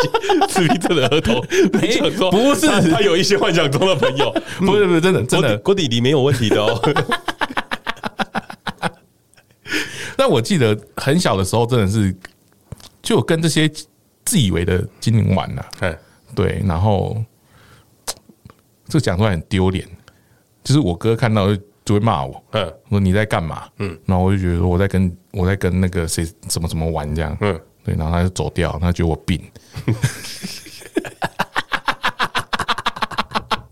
[SPEAKER 2] 自闭症的儿童，
[SPEAKER 3] 没
[SPEAKER 2] 想说
[SPEAKER 3] 不是
[SPEAKER 2] 他他有一些幻想中的朋友，
[SPEAKER 3] 不是不是真的真
[SPEAKER 2] 郭
[SPEAKER 3] 的
[SPEAKER 2] 弟，郭弟弟没有问题的哦。
[SPEAKER 3] 但我记得很小的时候，真的是就有跟这些自以为的精灵玩呐、
[SPEAKER 2] 哎
[SPEAKER 3] 对，然后这讲出来很丢脸，就是我哥看到就就会骂我，
[SPEAKER 2] 嗯
[SPEAKER 3] 说你在干嘛？嗯，然后我就觉得说我在跟我在跟那个谁怎么怎么玩这样，
[SPEAKER 2] 嗯
[SPEAKER 3] 嗯，对，然后他就走掉，他觉得我病，
[SPEAKER 2] 等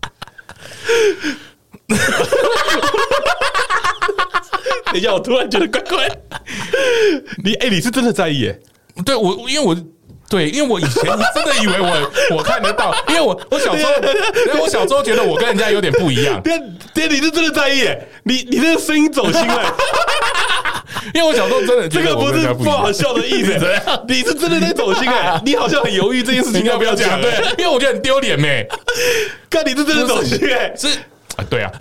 [SPEAKER 2] 哎一下，我突然觉得怪 怪。你哎、你是真的在意耶？
[SPEAKER 3] 对我因为我。对，因为我以 前真的以为我我看得到，因为我我小时候，因为我小时候觉得我跟人家有点不一样，
[SPEAKER 2] 对对，你是真的在意耶？你你这个声音走心 了，
[SPEAKER 3] 因为我小时候真的
[SPEAKER 2] 这
[SPEAKER 3] 觉
[SPEAKER 2] 个
[SPEAKER 3] 得
[SPEAKER 2] 不
[SPEAKER 3] 我跟
[SPEAKER 2] 是
[SPEAKER 3] 人家不一
[SPEAKER 2] 不
[SPEAKER 3] 样
[SPEAKER 2] 好笑的意 思。你是真的在走心哎？你好像很犹豫这件事情
[SPEAKER 3] 你
[SPEAKER 2] 要不
[SPEAKER 3] 要不
[SPEAKER 2] 要
[SPEAKER 3] 要
[SPEAKER 2] 讲
[SPEAKER 3] 讲？？对，，因为我觉得很丢脸呗。
[SPEAKER 2] 看你是真的走心 哎。
[SPEAKER 3] 是啊，对啊，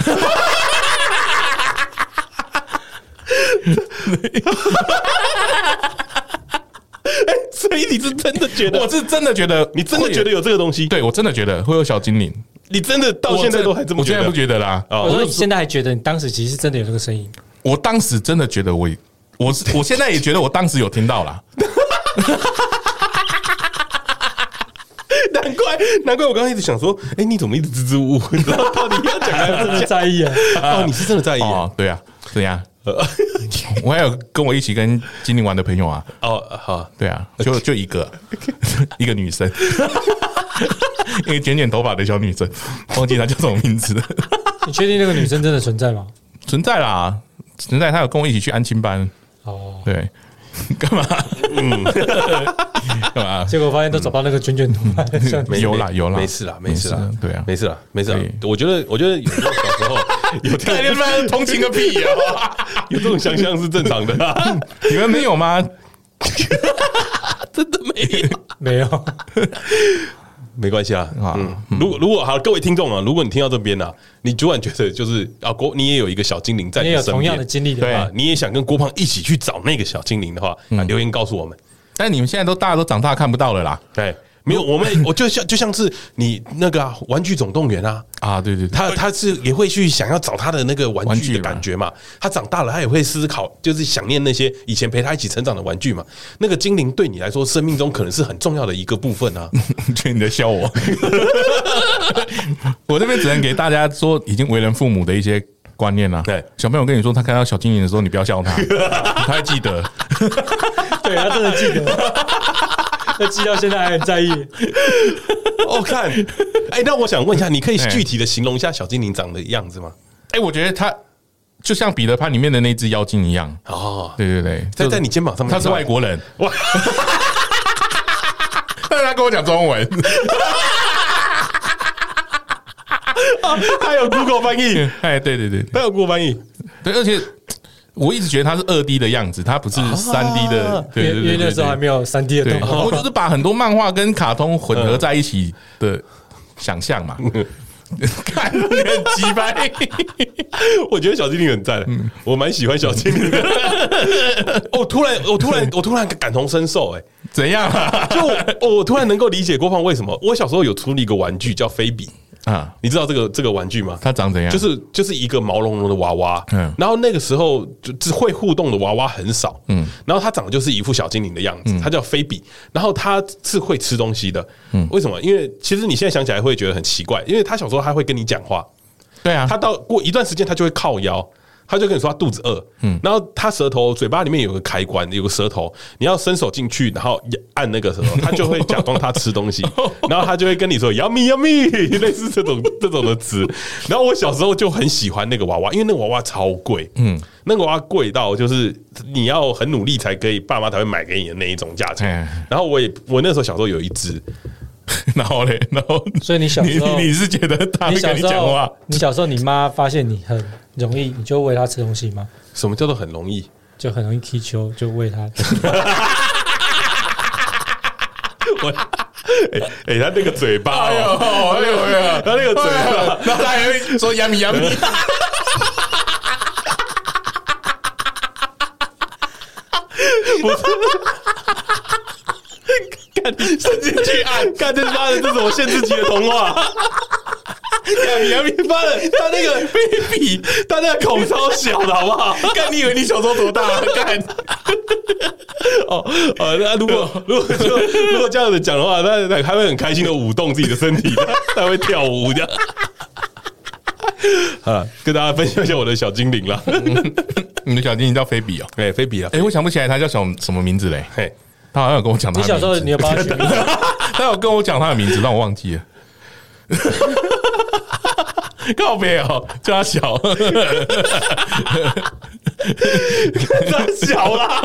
[SPEAKER 2] 所以你是真的觉得
[SPEAKER 3] 我，是真的觉得，
[SPEAKER 2] 你真的觉得？有这个东西？
[SPEAKER 3] 对我真的觉得会有小精灵，
[SPEAKER 2] 你真的到
[SPEAKER 3] 我
[SPEAKER 2] 现在
[SPEAKER 3] 真
[SPEAKER 2] 都还这么
[SPEAKER 3] 我
[SPEAKER 2] 觉
[SPEAKER 3] 现在
[SPEAKER 2] 得
[SPEAKER 3] 不？觉得啦。
[SPEAKER 2] 哦
[SPEAKER 4] 我说你现在还觉得你当时其实真的有这个声音，
[SPEAKER 3] 我当时真的觉得我，我是我现在也觉得我当时有听到啦。
[SPEAKER 2] 难难怪难怪我刚刚一直想说，哎，你怎么一直支支吾吾？你知道到底要讲还
[SPEAKER 4] 真
[SPEAKER 2] 是
[SPEAKER 4] 的
[SPEAKER 2] 不讲？
[SPEAKER 4] 在意啊，
[SPEAKER 2] 哦，你是真的在意啊
[SPEAKER 3] 哦，对啊，对啊，我还有跟我一起跟精灵玩的朋友啊，
[SPEAKER 2] 哦，好，
[SPEAKER 3] 对啊，就就一个一个女生，一个卷卷头发的小女生，忘记她叫什么名字了，
[SPEAKER 4] 你确定那个女生真的存在吗？
[SPEAKER 3] 存在啦，存在，她有跟我一起去安亲班，
[SPEAKER 4] 哦，
[SPEAKER 3] 对，干嘛？嗯，干嘛？
[SPEAKER 4] 结果发现都找到那个卷卷头发 的像
[SPEAKER 3] 没有啦，有啦，
[SPEAKER 2] 没事啦，没事啦
[SPEAKER 3] 没，对啊，
[SPEAKER 2] 没事啦，没事啦
[SPEAKER 3] 对。
[SPEAKER 2] 我觉得，我觉得有时候小时候有这
[SPEAKER 3] 干你
[SPEAKER 2] 种
[SPEAKER 3] 们同情个屁呀！
[SPEAKER 2] 有这种想象是正常的啊。
[SPEAKER 3] 你们没有吗？
[SPEAKER 4] 没有，
[SPEAKER 2] 没关系啊，
[SPEAKER 3] 啊
[SPEAKER 2] 嗯，如果如果好，各位听众啊，如果你听到这边啊，你突然觉得就是啊，郭你也有一个小精灵在
[SPEAKER 4] 你
[SPEAKER 2] 你
[SPEAKER 4] 也有
[SPEAKER 2] 身
[SPEAKER 4] 同样的
[SPEAKER 2] 边，
[SPEAKER 4] 经历的
[SPEAKER 3] 对嗯
[SPEAKER 4] 话，
[SPEAKER 2] 啊，你也想跟郭胖一起去找那个小精灵的话，啊，留言告诉我们，
[SPEAKER 3] 但你们现在都大家都长大，看不到了啦。
[SPEAKER 2] 对。没有，我 们我就像就像是你那个啊、玩具总动员》啊，
[SPEAKER 3] 啊，对对对，
[SPEAKER 2] 他他是也会去想要找他的那个玩
[SPEAKER 3] 玩
[SPEAKER 2] 具
[SPEAKER 3] 具
[SPEAKER 2] 的
[SPEAKER 3] 嘛
[SPEAKER 2] 感觉嘛。他长大了，他也会思考，就是想念那些以前陪他一起成长的玩具嘛。那个精灵对你来说，生命中可能是很重要的一个部 分啊。
[SPEAKER 3] 我觉得你在笑我。我这边只能给大家说，已经为人父母的一些观念啦。
[SPEAKER 2] 对
[SPEAKER 3] 小朋友跟你说他看到小精灵的时候，你不要笑他，他会记得。
[SPEAKER 4] 对他真的记得，那记到现在还很在意。
[SPEAKER 2] 哦，看，哎，那我想问一下，你可以
[SPEAKER 3] 哎
[SPEAKER 2] 具体的形容一下小精灵长的样子吗？
[SPEAKER 3] 哎，我觉得他就像彼得潘里面的那只妖精一样。
[SPEAKER 2] 哦，
[SPEAKER 3] 对对对，
[SPEAKER 2] 在在你肩膀上面，
[SPEAKER 3] 他是外国人，
[SPEAKER 2] 哇，
[SPEAKER 3] 但是 他跟我讲中文，
[SPEAKER 2] 他有 Google 翻译，
[SPEAKER 3] 哎，对对对
[SPEAKER 2] 他有 Google 翻译，
[SPEAKER 3] 对，而且我一直觉得他是二 D 的样子，他不是三 D 的
[SPEAKER 2] 啊，
[SPEAKER 3] 对对
[SPEAKER 4] 因
[SPEAKER 3] 对
[SPEAKER 4] 为因
[SPEAKER 3] 对
[SPEAKER 4] 为那时候还没有三 D 的
[SPEAKER 3] 对，
[SPEAKER 4] 动画，
[SPEAKER 3] 我就是把很多漫画跟卡通混合在一起的想象嘛。
[SPEAKER 4] 嗯
[SPEAKER 3] 看，你很鸡掰。
[SPEAKER 2] 我觉得小精灵很赞，我蛮喜欢小精灵的。 我突然，我突然，我突然感同身受，哎，
[SPEAKER 3] 怎样 啊？
[SPEAKER 2] 就我我突然能够理解郭胖为什么。我小时候有出了一个玩具叫菲比，
[SPEAKER 3] 啊，
[SPEAKER 2] 你知道这个这个玩具吗？
[SPEAKER 3] 他长怎样？
[SPEAKER 2] 就是就是一个毛茸茸的娃娃，
[SPEAKER 3] 嗯
[SPEAKER 2] 然后那个时候就就会互动的娃娃很少，嗯，然后它长得就是一副小精灵的样子，它叫菲比，然后它是会吃东西的，嗯，为什么？因为其实你现在想起来会觉得很奇怪，因为它小时候它会跟你讲话，
[SPEAKER 3] 对啊，
[SPEAKER 2] 它到过一段时间它就会靠腰。它就跟你说它肚子饿，嗯，然后它舌头嘴巴里面有个开关，有个舌头，你要伸手进去，然后按那个舌头，它就会假装它吃东西，然后它就会跟你说 “yummy yummy”，类似 这种这种的词。然后我小时候就很喜欢那个娃娃，因为那个娃娃超贵，嗯，那个娃娃贵到就是你要很努力才可以，爸妈才会买给你的那一种价钱
[SPEAKER 3] 嗯。
[SPEAKER 2] 然后我也我那时候小时候有一只，
[SPEAKER 3] 然后嘞，然后
[SPEAKER 4] 所以你小
[SPEAKER 3] 你
[SPEAKER 4] 时候
[SPEAKER 3] 你你是觉得他
[SPEAKER 4] 你
[SPEAKER 3] 会
[SPEAKER 4] 小
[SPEAKER 3] 跟你
[SPEAKER 4] 时
[SPEAKER 3] 讲话
[SPEAKER 4] 候，你小时候你妈发现你很容易，你就喂她吃东西吗？
[SPEAKER 2] 什么叫做很容易？
[SPEAKER 4] 就很容易踢球，就喂她。
[SPEAKER 2] 我哎哎，他那个嘴巴哦，
[SPEAKER 3] 哎呦哎呀
[SPEAKER 2] 他那个嘴巴。
[SPEAKER 3] 然后他还会说杨米杨米，
[SPEAKER 2] 伸进去按，看这妈的，这是我限制级的童话。杨明妈的，他那个 baby，他那个孔超小的好不好？
[SPEAKER 3] 干你以为你小时候多大？干，
[SPEAKER 2] 哦，呃，那如果如果就如果这样子讲的话，那那他会很开心的舞动自己的身体， 他会跳舞这样。 啊，跟大家分享一下我的小精灵啦。
[SPEAKER 3] 你的小精灵叫菲比哦。
[SPEAKER 2] 哎，菲比啊，哎
[SPEAKER 3] 哎，我想不起来他叫小什么名字嘞？
[SPEAKER 2] 嘿，
[SPEAKER 3] 他好像有跟我讲他
[SPEAKER 4] 你
[SPEAKER 3] 的
[SPEAKER 4] 小时候
[SPEAKER 3] 名字
[SPEAKER 4] 你有 帮她取名字？
[SPEAKER 3] 他有跟我讲他的名字，但我忘记了。告别哦，叫他小，
[SPEAKER 2] 太小啦。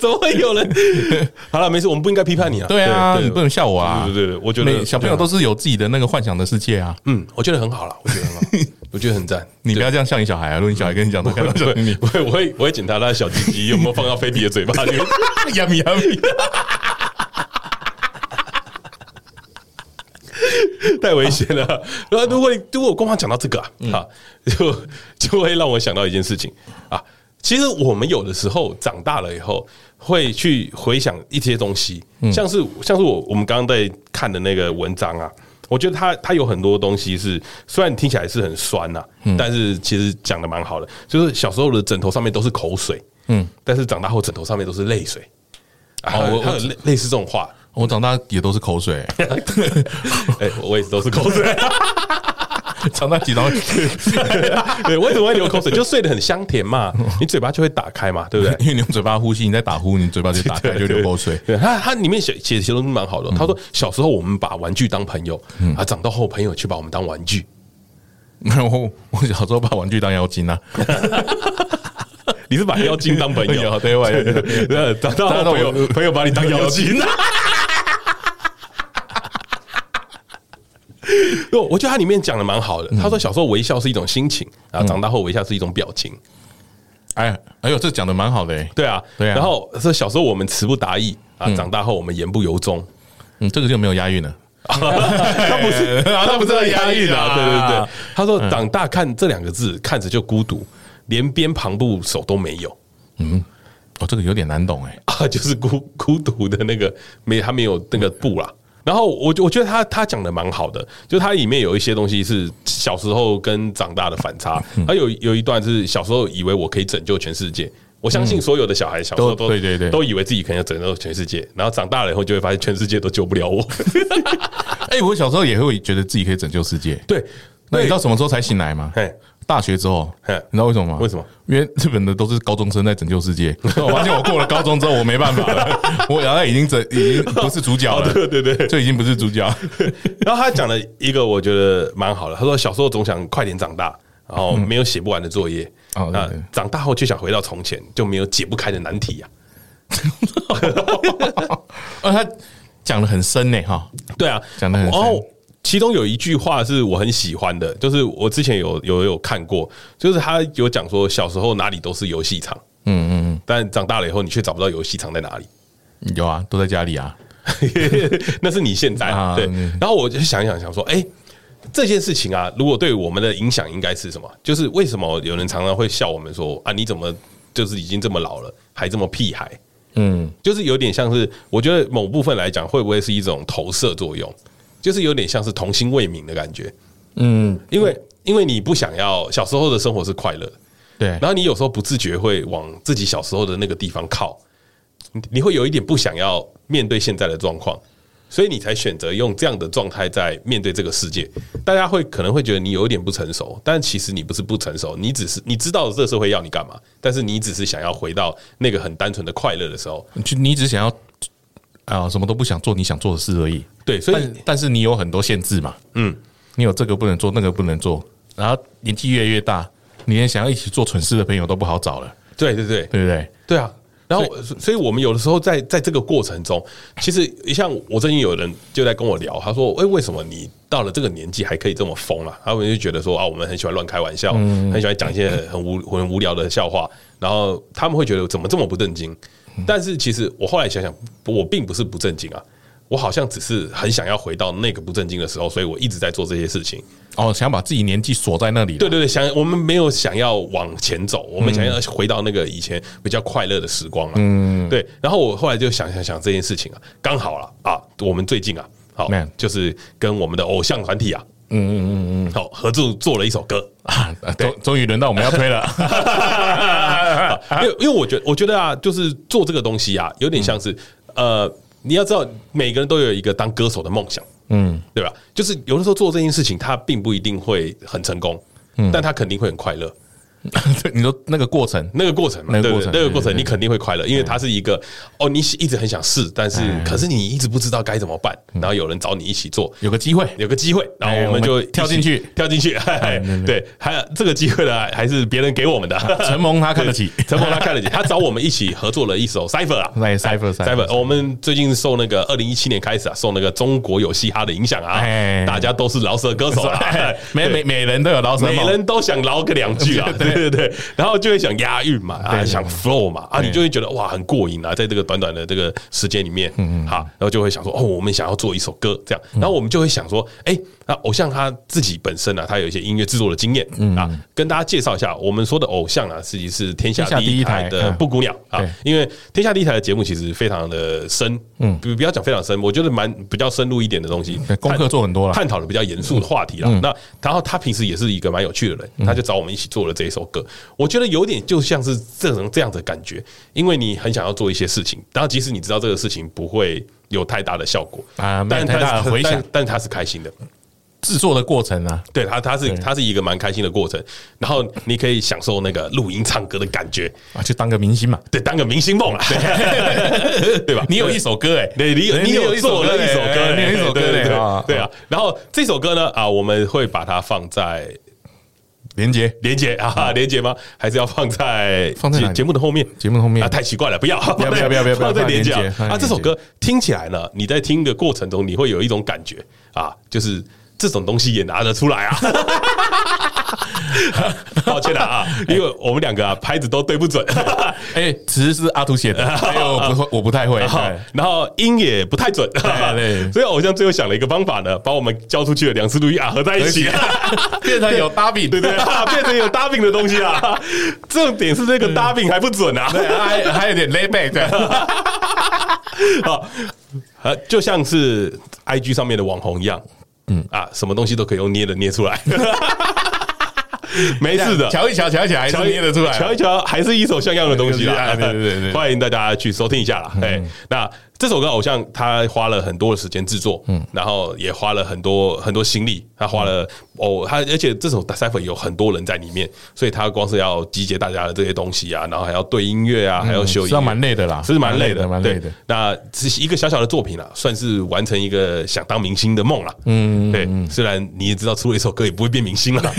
[SPEAKER 2] 怎么会有人？ 好了，没事，我们不应该批判你啊。
[SPEAKER 3] 对啊，你
[SPEAKER 2] 对
[SPEAKER 3] 不能笑我啊！
[SPEAKER 2] 对对对我觉得
[SPEAKER 3] 每小朋友都是有自己的那个幻想的世界啊，
[SPEAKER 2] 嗯，我觉得很好了，我觉得很好，我觉得很 赞。
[SPEAKER 3] 你不要这样像你小孩啊！如果你小孩跟你讲他看到小你
[SPEAKER 2] 我会我会我会检查他的小鸡鸡有没有放到菲比的嘴巴里面。
[SPEAKER 3] 呀咪呀咪，
[SPEAKER 2] 太危险了。然后如果你如果我光光讲到这个啊，
[SPEAKER 3] 嗯
[SPEAKER 2] 啊就就会让我想到一件事情啊。其实我们有的时候长大了以后，会去回想一些东西，
[SPEAKER 3] 嗯
[SPEAKER 2] 像是像是我我们刚刚在看的那个文章啊，我觉得它它有很多东西是虽然听起来是很酸呐、
[SPEAKER 3] 嗯
[SPEAKER 2] 但是其实讲的蛮好的，就是小时候的枕头上面都是口水，嗯，但是长大后枕头上面都是泪水。啊，
[SPEAKER 3] 哦我
[SPEAKER 2] 我有类类似这种话，
[SPEAKER 3] 我长大也都是口水，
[SPEAKER 2] 哎、我也是都是口水，
[SPEAKER 3] 长大几张
[SPEAKER 2] 对，我怎么会流口水？就睡得很香甜嘛，你嘴巴就会打开嘛，对不对？
[SPEAKER 3] 因为你用嘴巴呼吸，你在打呼，你嘴巴就打开就流口水。
[SPEAKER 2] 对他，他里面写写的形容蛮好的。他说，小时候我们把玩具当朋友，啊，长大后朋友却把我们当玩具。
[SPEAKER 3] 然后我小时候把玩具当妖精啊，
[SPEAKER 2] 你是把妖精当朋友，
[SPEAKER 3] 对吧？
[SPEAKER 2] 对，长大后朋
[SPEAKER 3] 长大
[SPEAKER 2] 友
[SPEAKER 3] 后
[SPEAKER 2] 朋友把你当妖精。对，我觉得他里面讲的蛮好的。他说，小时候微笑是一种心情，啊，长大后微笑是一种表情。
[SPEAKER 3] 哎，哎呦，这讲的蛮好的、欸，
[SPEAKER 2] 对啊，
[SPEAKER 3] 对啊
[SPEAKER 2] 然后说小时候我们词不达意啊，长大后我们言不由衷。
[SPEAKER 3] 嗯，这个就没有押韵了。
[SPEAKER 2] 他不是， 啊他不是在押韵啊，
[SPEAKER 3] 啊
[SPEAKER 2] 对对对。他说长大看这两个字，看着就孤独，连边旁部首都没有
[SPEAKER 3] 哦，这个有点难懂哎、
[SPEAKER 2] 啊，就是孤孤独的那个没，他没有那个部啦。然后我我觉得他他讲的蛮好的，就他里面有一些东西是小时候跟长大的反差。他有有一段是小时候以为我可以拯救全世界，我相信所有的小孩小时候嗯都
[SPEAKER 3] 都对对对
[SPEAKER 2] 都以为自己可能要拯救全世界，然后长大了以后就会发现全世界都救不了我。
[SPEAKER 3] 哎、我小时候也会觉得自己可以拯救世界。
[SPEAKER 2] 对，
[SPEAKER 3] 那你知道什么时候才醒来吗？
[SPEAKER 2] 嘿
[SPEAKER 3] 大学之后，
[SPEAKER 2] 嘿
[SPEAKER 3] 你知道为什么吗？
[SPEAKER 2] 为什么？
[SPEAKER 3] 因为日本的都是高中生在拯救 世界。哦我发现我过了高中之后，我没办法了，我好像已经拯已经不是主角
[SPEAKER 2] 哦，
[SPEAKER 3] 了，
[SPEAKER 2] 对对对，
[SPEAKER 3] 就已经不是主角。
[SPEAKER 2] 然后他讲了一个我觉得蛮好的，他说小时候总想快点长大，然后没有写不完的作业。
[SPEAKER 3] 哦对
[SPEAKER 2] 啊
[SPEAKER 3] 对
[SPEAKER 2] 长大后却想回到从前，就没有解不开的难题呀、啊
[SPEAKER 3] 而哦他讲的很深呢，哈，
[SPEAKER 2] 对啊，
[SPEAKER 3] 讲得很深
[SPEAKER 2] 然后其中有一句话是我很喜欢的，就是我之前有有有看过，就是他有讲说小时候哪里都是游戏场，嗯嗯嗯，但长大了以后你却找不到游戏场在哪里。
[SPEAKER 3] 有啊，都在家里啊，
[SPEAKER 2] 那是你现在
[SPEAKER 3] 啊
[SPEAKER 2] 对
[SPEAKER 3] 嗯。
[SPEAKER 2] 然后我就想一想想说，哎，这件事情啊，如果对我们的影响应该是什么？就是为什么有人常常会笑我们说啊，你怎么就是已经这么老了，还这么屁孩？
[SPEAKER 3] 嗯，
[SPEAKER 2] 就是有点像是，我觉得某部分来讲，会不会是一种投射作用？就是有点像是童心未泯的感觉，
[SPEAKER 3] 嗯，
[SPEAKER 2] 因为因为你不想要小时候的生活是快乐的，
[SPEAKER 3] 对
[SPEAKER 2] 然，后你有时候不自觉会往自己小时候的那个地方靠，你你会有一点不想要面对现在的状况，所以你才选择用这样的状态在面对这个世界。大家会可能会觉得你有一点不成熟，但其实你不是不成熟，你只是你知道这个社会要你干嘛，但是你只是想要回到那个很单纯的快乐的时候。
[SPEAKER 3] 就你只想要啊，什么都不想做，你想做的事而已。
[SPEAKER 2] 对，所以
[SPEAKER 3] 但但是你有很多限制嘛，嗯，你有这个不能做，那个不能做，然后年纪越来越大，你连想要一起做蠢事的朋友都不好找了，
[SPEAKER 2] 对对对，
[SPEAKER 3] 对不对？
[SPEAKER 2] 对啊。然后，所以我们有的时候在在这个过程中，其实像我最近有人就在跟我聊，他说：“哎、为什么你到了这个年纪还可以这么疯啊？”他们就觉得说啊，我们很喜欢乱开玩笑，很喜欢讲一些很无很无聊的笑话，然后他们会觉得怎么这么不正经。但是其实我后来想想，我并不是不正经啊，我好像只是很想要回到那个不正经的时候，所以我一直在做这些事情。
[SPEAKER 3] 哦，想把自己年纪锁在那里了，
[SPEAKER 2] 对对对，想我们没有想要往前走，我们想要回到那个以前比较快乐的时光了。嗯，对。然后我后来就想想想这件事情啊，刚好了啊，我们最近啊，好
[SPEAKER 3] Man
[SPEAKER 2] 就是跟我们的偶像团体啊，嗯嗯嗯嗯，好合作做了一首歌。
[SPEAKER 3] 啊，啊终终于轮到我们要推了，
[SPEAKER 2] 因为因为我觉得我觉得啊，就是做这个东西啊，有点像是、呃，你要知道每个人都有一个当歌手的梦想，嗯，对吧？就是有的时候做这件事情，他并不一定会很成功，但他肯定会很快乐。
[SPEAKER 3] 你说那个过程，
[SPEAKER 2] 那个过程嘛，
[SPEAKER 3] 那个
[SPEAKER 2] 对不对？
[SPEAKER 3] 过程
[SPEAKER 2] 那个过
[SPEAKER 3] 对对
[SPEAKER 2] 程
[SPEAKER 3] 对
[SPEAKER 2] 你肯定会快乐，因为它是一个哦，你一直很想试，但是
[SPEAKER 3] 哎
[SPEAKER 2] 可是你一直不知道该怎么办，然后有人找你一起做。
[SPEAKER 3] 有个机会，
[SPEAKER 2] 有个机会，然
[SPEAKER 3] 嗯哎
[SPEAKER 2] 后我
[SPEAKER 3] 我
[SPEAKER 2] 们
[SPEAKER 3] 们
[SPEAKER 2] 就一起
[SPEAKER 3] 跳进去哎
[SPEAKER 2] 跳进去。嗨对，还有这个机会呢，还是别人给我们 的。
[SPEAKER 3] 承蒙他看得起
[SPEAKER 2] 陈鹏他看得起，他找我们一起合作了一首 Cipher 啊，
[SPEAKER 3] 那也 Cypher
[SPEAKER 2] Cyber，我们最近受那个二零一七年开始啊，受那个中国有嘻哈的影响啊
[SPEAKER 3] 哎，
[SPEAKER 2] 大家都是饶舌歌手啊， 哎
[SPEAKER 3] 每每每人都有老什
[SPEAKER 2] 每人都想捞个两句 啊，对对对，然后就会想押韵嘛，啊，
[SPEAKER 3] 对
[SPEAKER 2] 想 flow 嘛，啊，你就会觉得哇，很过瘾啊，在这个短短的这个时间里面，
[SPEAKER 3] 嗯
[SPEAKER 2] 好，然后就会想说，哦，我们想要做一首歌这样，然后我们就会想说，哎，那偶像他自己本身啊，他有一些音乐制作的经验
[SPEAKER 3] 嗯
[SPEAKER 2] 啊，跟大家介绍一下，我们说的偶像啊，实际是天下
[SPEAKER 3] 天下
[SPEAKER 2] 第
[SPEAKER 3] 第
[SPEAKER 2] 一
[SPEAKER 3] 一
[SPEAKER 2] 台
[SPEAKER 3] 台
[SPEAKER 2] 的
[SPEAKER 3] 嗯
[SPEAKER 2] 布谷鸟啊
[SPEAKER 3] 对，
[SPEAKER 2] 因为天下第一台的节目其实非常的深，嗯，不不要讲非常深，我觉得蛮比较深入一点的东西，
[SPEAKER 3] 功课做很多了，嗯
[SPEAKER 2] 探讨的比较严肃的话题啦。那然后他平时也是一个蛮有趣的人，他就找我们一起做了这一首歌。我觉得有点就像是这种这样的感觉，因为你很想要做一些事情，然后即使你知道这个事情不会有太大的效果
[SPEAKER 3] 啊没有
[SPEAKER 2] 但
[SPEAKER 3] 太大的
[SPEAKER 2] 但是
[SPEAKER 3] 回响
[SPEAKER 2] 但但他是开心的，
[SPEAKER 3] 制作的过程啊，
[SPEAKER 2] 对他他是
[SPEAKER 3] 对
[SPEAKER 2] 他是一个蛮开心的过程，然后你可以享受那个录音唱歌的感觉，
[SPEAKER 3] 啊，就当个明星嘛。
[SPEAKER 2] 对，当个明星 梦啦，啊对吧？
[SPEAKER 3] 你有一首歌哎，
[SPEAKER 2] 对你有
[SPEAKER 3] 对
[SPEAKER 2] 你有做了一首歌嘞，
[SPEAKER 3] 你有一首歌
[SPEAKER 2] 对对
[SPEAKER 3] 嘞
[SPEAKER 2] 对
[SPEAKER 3] 啊，
[SPEAKER 2] 对啊。然后这首歌呢啊，我们会把它放在
[SPEAKER 3] 连接
[SPEAKER 2] 连接啊，连接吗？还是要放在
[SPEAKER 3] 放在哪
[SPEAKER 2] 节
[SPEAKER 3] 里
[SPEAKER 2] 节目的后面？
[SPEAKER 3] 节目后面
[SPEAKER 2] 啊，太奇怪了，不要不
[SPEAKER 3] 要不要不要不要
[SPEAKER 2] 放在连接
[SPEAKER 3] 放在连接
[SPEAKER 2] 啊！啊，这首歌听起来呢，你在听的过程中，你会有一种感觉啊，就是这种东西也拿得出来 啊。抱歉了啊，因为我们两个啊拍子都对不准，
[SPEAKER 3] 哎，词是阿图写的，哎呦，我不会，我不太会。
[SPEAKER 2] 然后
[SPEAKER 3] 对
[SPEAKER 2] 然后音也不太准，
[SPEAKER 3] 对
[SPEAKER 2] 所以偶像最后想了一个方法呢，把我们交出去的两次录音啊合在一起，
[SPEAKER 3] 变成有搭饼，
[SPEAKER 2] 对对啊，变成有搭饼的东西啊。重点是这个搭饼还不准啊，
[SPEAKER 3] 对，还还有点 lay back 的，
[SPEAKER 2] 啊，呃，就像是 I G 上面的网红一样，嗯啊，什么东西都可以用捏的捏出来，没事的。
[SPEAKER 3] 瞧一瞧，瞧一瞧，还是捏得出来。啊
[SPEAKER 2] 瞧一瞧，还是一手像样的东西啦。
[SPEAKER 3] 对对对对 嗯
[SPEAKER 2] 欢迎大家去收听一下啦。哎，那这首歌偶像他花了很多的时间制作，嗯，然后也花了很多很多心力，他花
[SPEAKER 3] 嗯
[SPEAKER 2] 了哦，他而且这首 cipher 有很多人在里面，所以他光是要集结大家的这些东西啊，然后还要对音乐啊，还要修
[SPEAKER 3] 嗯
[SPEAKER 2] 音
[SPEAKER 3] 是要
[SPEAKER 2] 乐，
[SPEAKER 3] 蛮累的啦，
[SPEAKER 2] 是蛮累的，
[SPEAKER 3] 蛮
[SPEAKER 2] 对
[SPEAKER 3] 累的。。
[SPEAKER 2] 那只是一个小小的作品啦，算是完成一个想当明星的梦啦。嗯，对。虽然你也知道出了一首歌也不会变明星 了，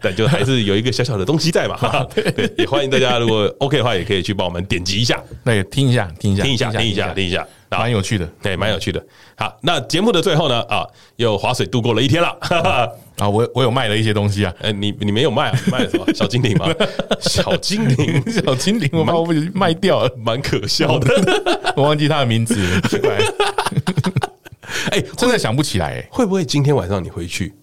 [SPEAKER 2] 但就还是有一个小小的东西在嘛。 对，也欢迎大家如果 OK 的话，也可以去帮我们点击一下，
[SPEAKER 3] 那也听一下，听一下，
[SPEAKER 2] 听一下，听一下，听一下。啊
[SPEAKER 3] 蛮有趣的
[SPEAKER 2] 对，蛮有趣的。好，那节目的最后呢，啊，又划水度过了一天了。
[SPEAKER 3] 啊！我我有卖了一些东西啊，
[SPEAKER 2] 呃，你你没有卖啊？卖了什么？小精 灵吗？小精灵，
[SPEAKER 3] 小精灵我把我卖掉了，
[SPEAKER 2] 蛮可笑 的。
[SPEAKER 3] 我忘记他的名字了，奇怪，
[SPEAKER 2] 哎，
[SPEAKER 3] 真的想不起来，哎
[SPEAKER 2] 会不会今天晚上你回去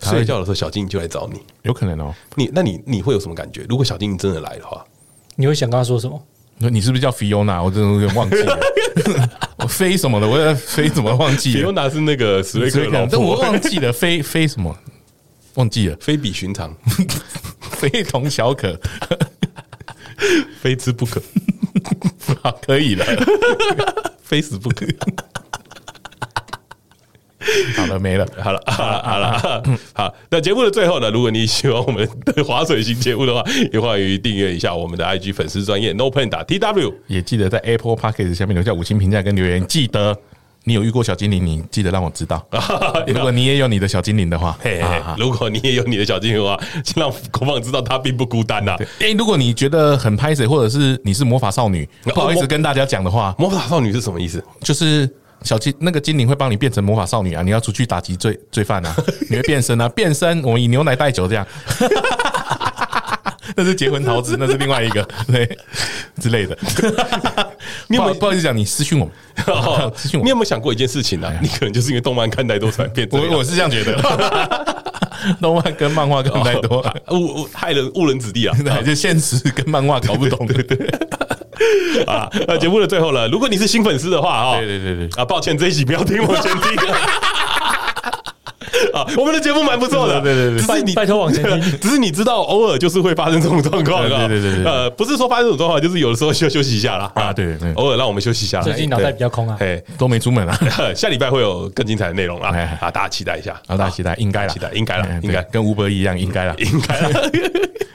[SPEAKER 3] 他会
[SPEAKER 2] 睡觉的时候，小精灵就来找你？
[SPEAKER 3] 有可能哦。
[SPEAKER 2] 你那你你会有什么感觉？如果小精灵真的来的话，
[SPEAKER 4] 你会想跟他说什么？
[SPEAKER 3] 你说你是不是叫 Fiona？我真的有点忘记了，我飞什么的，我要飞什么忘 记
[SPEAKER 2] 比
[SPEAKER 3] 了
[SPEAKER 2] 欧，娜是那个史瑞克的老
[SPEAKER 3] 但我
[SPEAKER 2] 婆，
[SPEAKER 3] 忘记了飞飞什么，忘记了，
[SPEAKER 2] 非比寻常，
[SPEAKER 3] 非同小可，
[SPEAKER 2] 非吃 不可，
[SPEAKER 3] 好，可以了，
[SPEAKER 2] 非死不可。
[SPEAKER 3] 好了，没了。
[SPEAKER 2] 好了，好了，好了，好。那节目的最后呢，如果你喜欢我们的划水型节目的话，也欢迎订阅一下我们的 IG 粉丝专业 No Pen 打 TW。
[SPEAKER 3] 也记得在 Apple Podcast 下面留下五星评价跟留言。记得你有遇过小精灵，你记得让我 知道。如果你也有你的小精灵的话，
[SPEAKER 2] 嘿嘿
[SPEAKER 3] 啊啊
[SPEAKER 2] 如果你也有你的小精灵的话，先让国防知道他并不孤单呐、啊
[SPEAKER 3] 哎，如果你觉得很拍谁，或者是你是魔法少女，
[SPEAKER 2] 哦
[SPEAKER 3] 不好意
[SPEAKER 2] 我
[SPEAKER 3] 思跟大家讲的话，
[SPEAKER 2] 魔法少女是什么意思？
[SPEAKER 3] 就是小精那个精灵会帮你变成魔法少女啊，你要出去打击罪罪犯 啊，你会变身啊，变身我们以牛奶代酒这样。 那是结婚桃子，那是另外一个对之类的。
[SPEAKER 2] 你
[SPEAKER 3] 你
[SPEAKER 2] 有没有
[SPEAKER 3] 不好不好意思讲，你私讯我们，
[SPEAKER 2] 哦
[SPEAKER 3] 私讯
[SPEAKER 2] 你
[SPEAKER 3] 我们
[SPEAKER 2] 有没有想过一件事情呢、
[SPEAKER 3] 哎
[SPEAKER 2] 啊？你可能就是因为动漫看太多才变这样
[SPEAKER 3] 我我是这样觉得，动漫跟漫画看太多，
[SPEAKER 2] 哦误误害人误人子 弟啊！
[SPEAKER 3] 对，就现实跟漫画搞不懂，对对
[SPEAKER 2] 啊，那节目的最后了，如果你是新粉丝的话啊、哦，
[SPEAKER 3] 对对对，
[SPEAKER 2] 啊，抱歉，这一集不要听我先听。 啊，我们的节目蛮不错的，
[SPEAKER 3] 对对对对
[SPEAKER 2] 只是你
[SPEAKER 4] 拜拜托往前听，
[SPEAKER 2] 只是你知道，偶尔就是会发生这种状况啊，
[SPEAKER 3] 对对对对对
[SPEAKER 2] 呃，不是说发生这种状况，就是有的时候需要休息一下啦，
[SPEAKER 3] 啊对对
[SPEAKER 2] 偶尔让我们休息一下啦，
[SPEAKER 3] 哎
[SPEAKER 4] 最近脑袋比较空啊
[SPEAKER 2] 对
[SPEAKER 3] 都没出门啊，
[SPEAKER 2] 嘿， 下礼拜会有更精彩的内容啦
[SPEAKER 3] 哎哎，
[SPEAKER 2] 啊，大家期待一下，
[SPEAKER 3] 啊，大家期待应该啦，
[SPEAKER 2] 期待应该啦
[SPEAKER 3] 哎对
[SPEAKER 2] 应该
[SPEAKER 3] 跟吴伯一样，应该啦。
[SPEAKER 2] 应该 啦，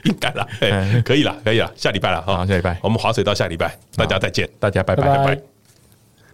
[SPEAKER 2] 应该啦，哎
[SPEAKER 3] 哎
[SPEAKER 2] 可以啦，可以啦，下礼拜啦，哈
[SPEAKER 3] 好下礼拜
[SPEAKER 2] 我们划水到下礼拜，大家再见。
[SPEAKER 3] 大家拜
[SPEAKER 4] 拜
[SPEAKER 3] 拜
[SPEAKER 4] 拜。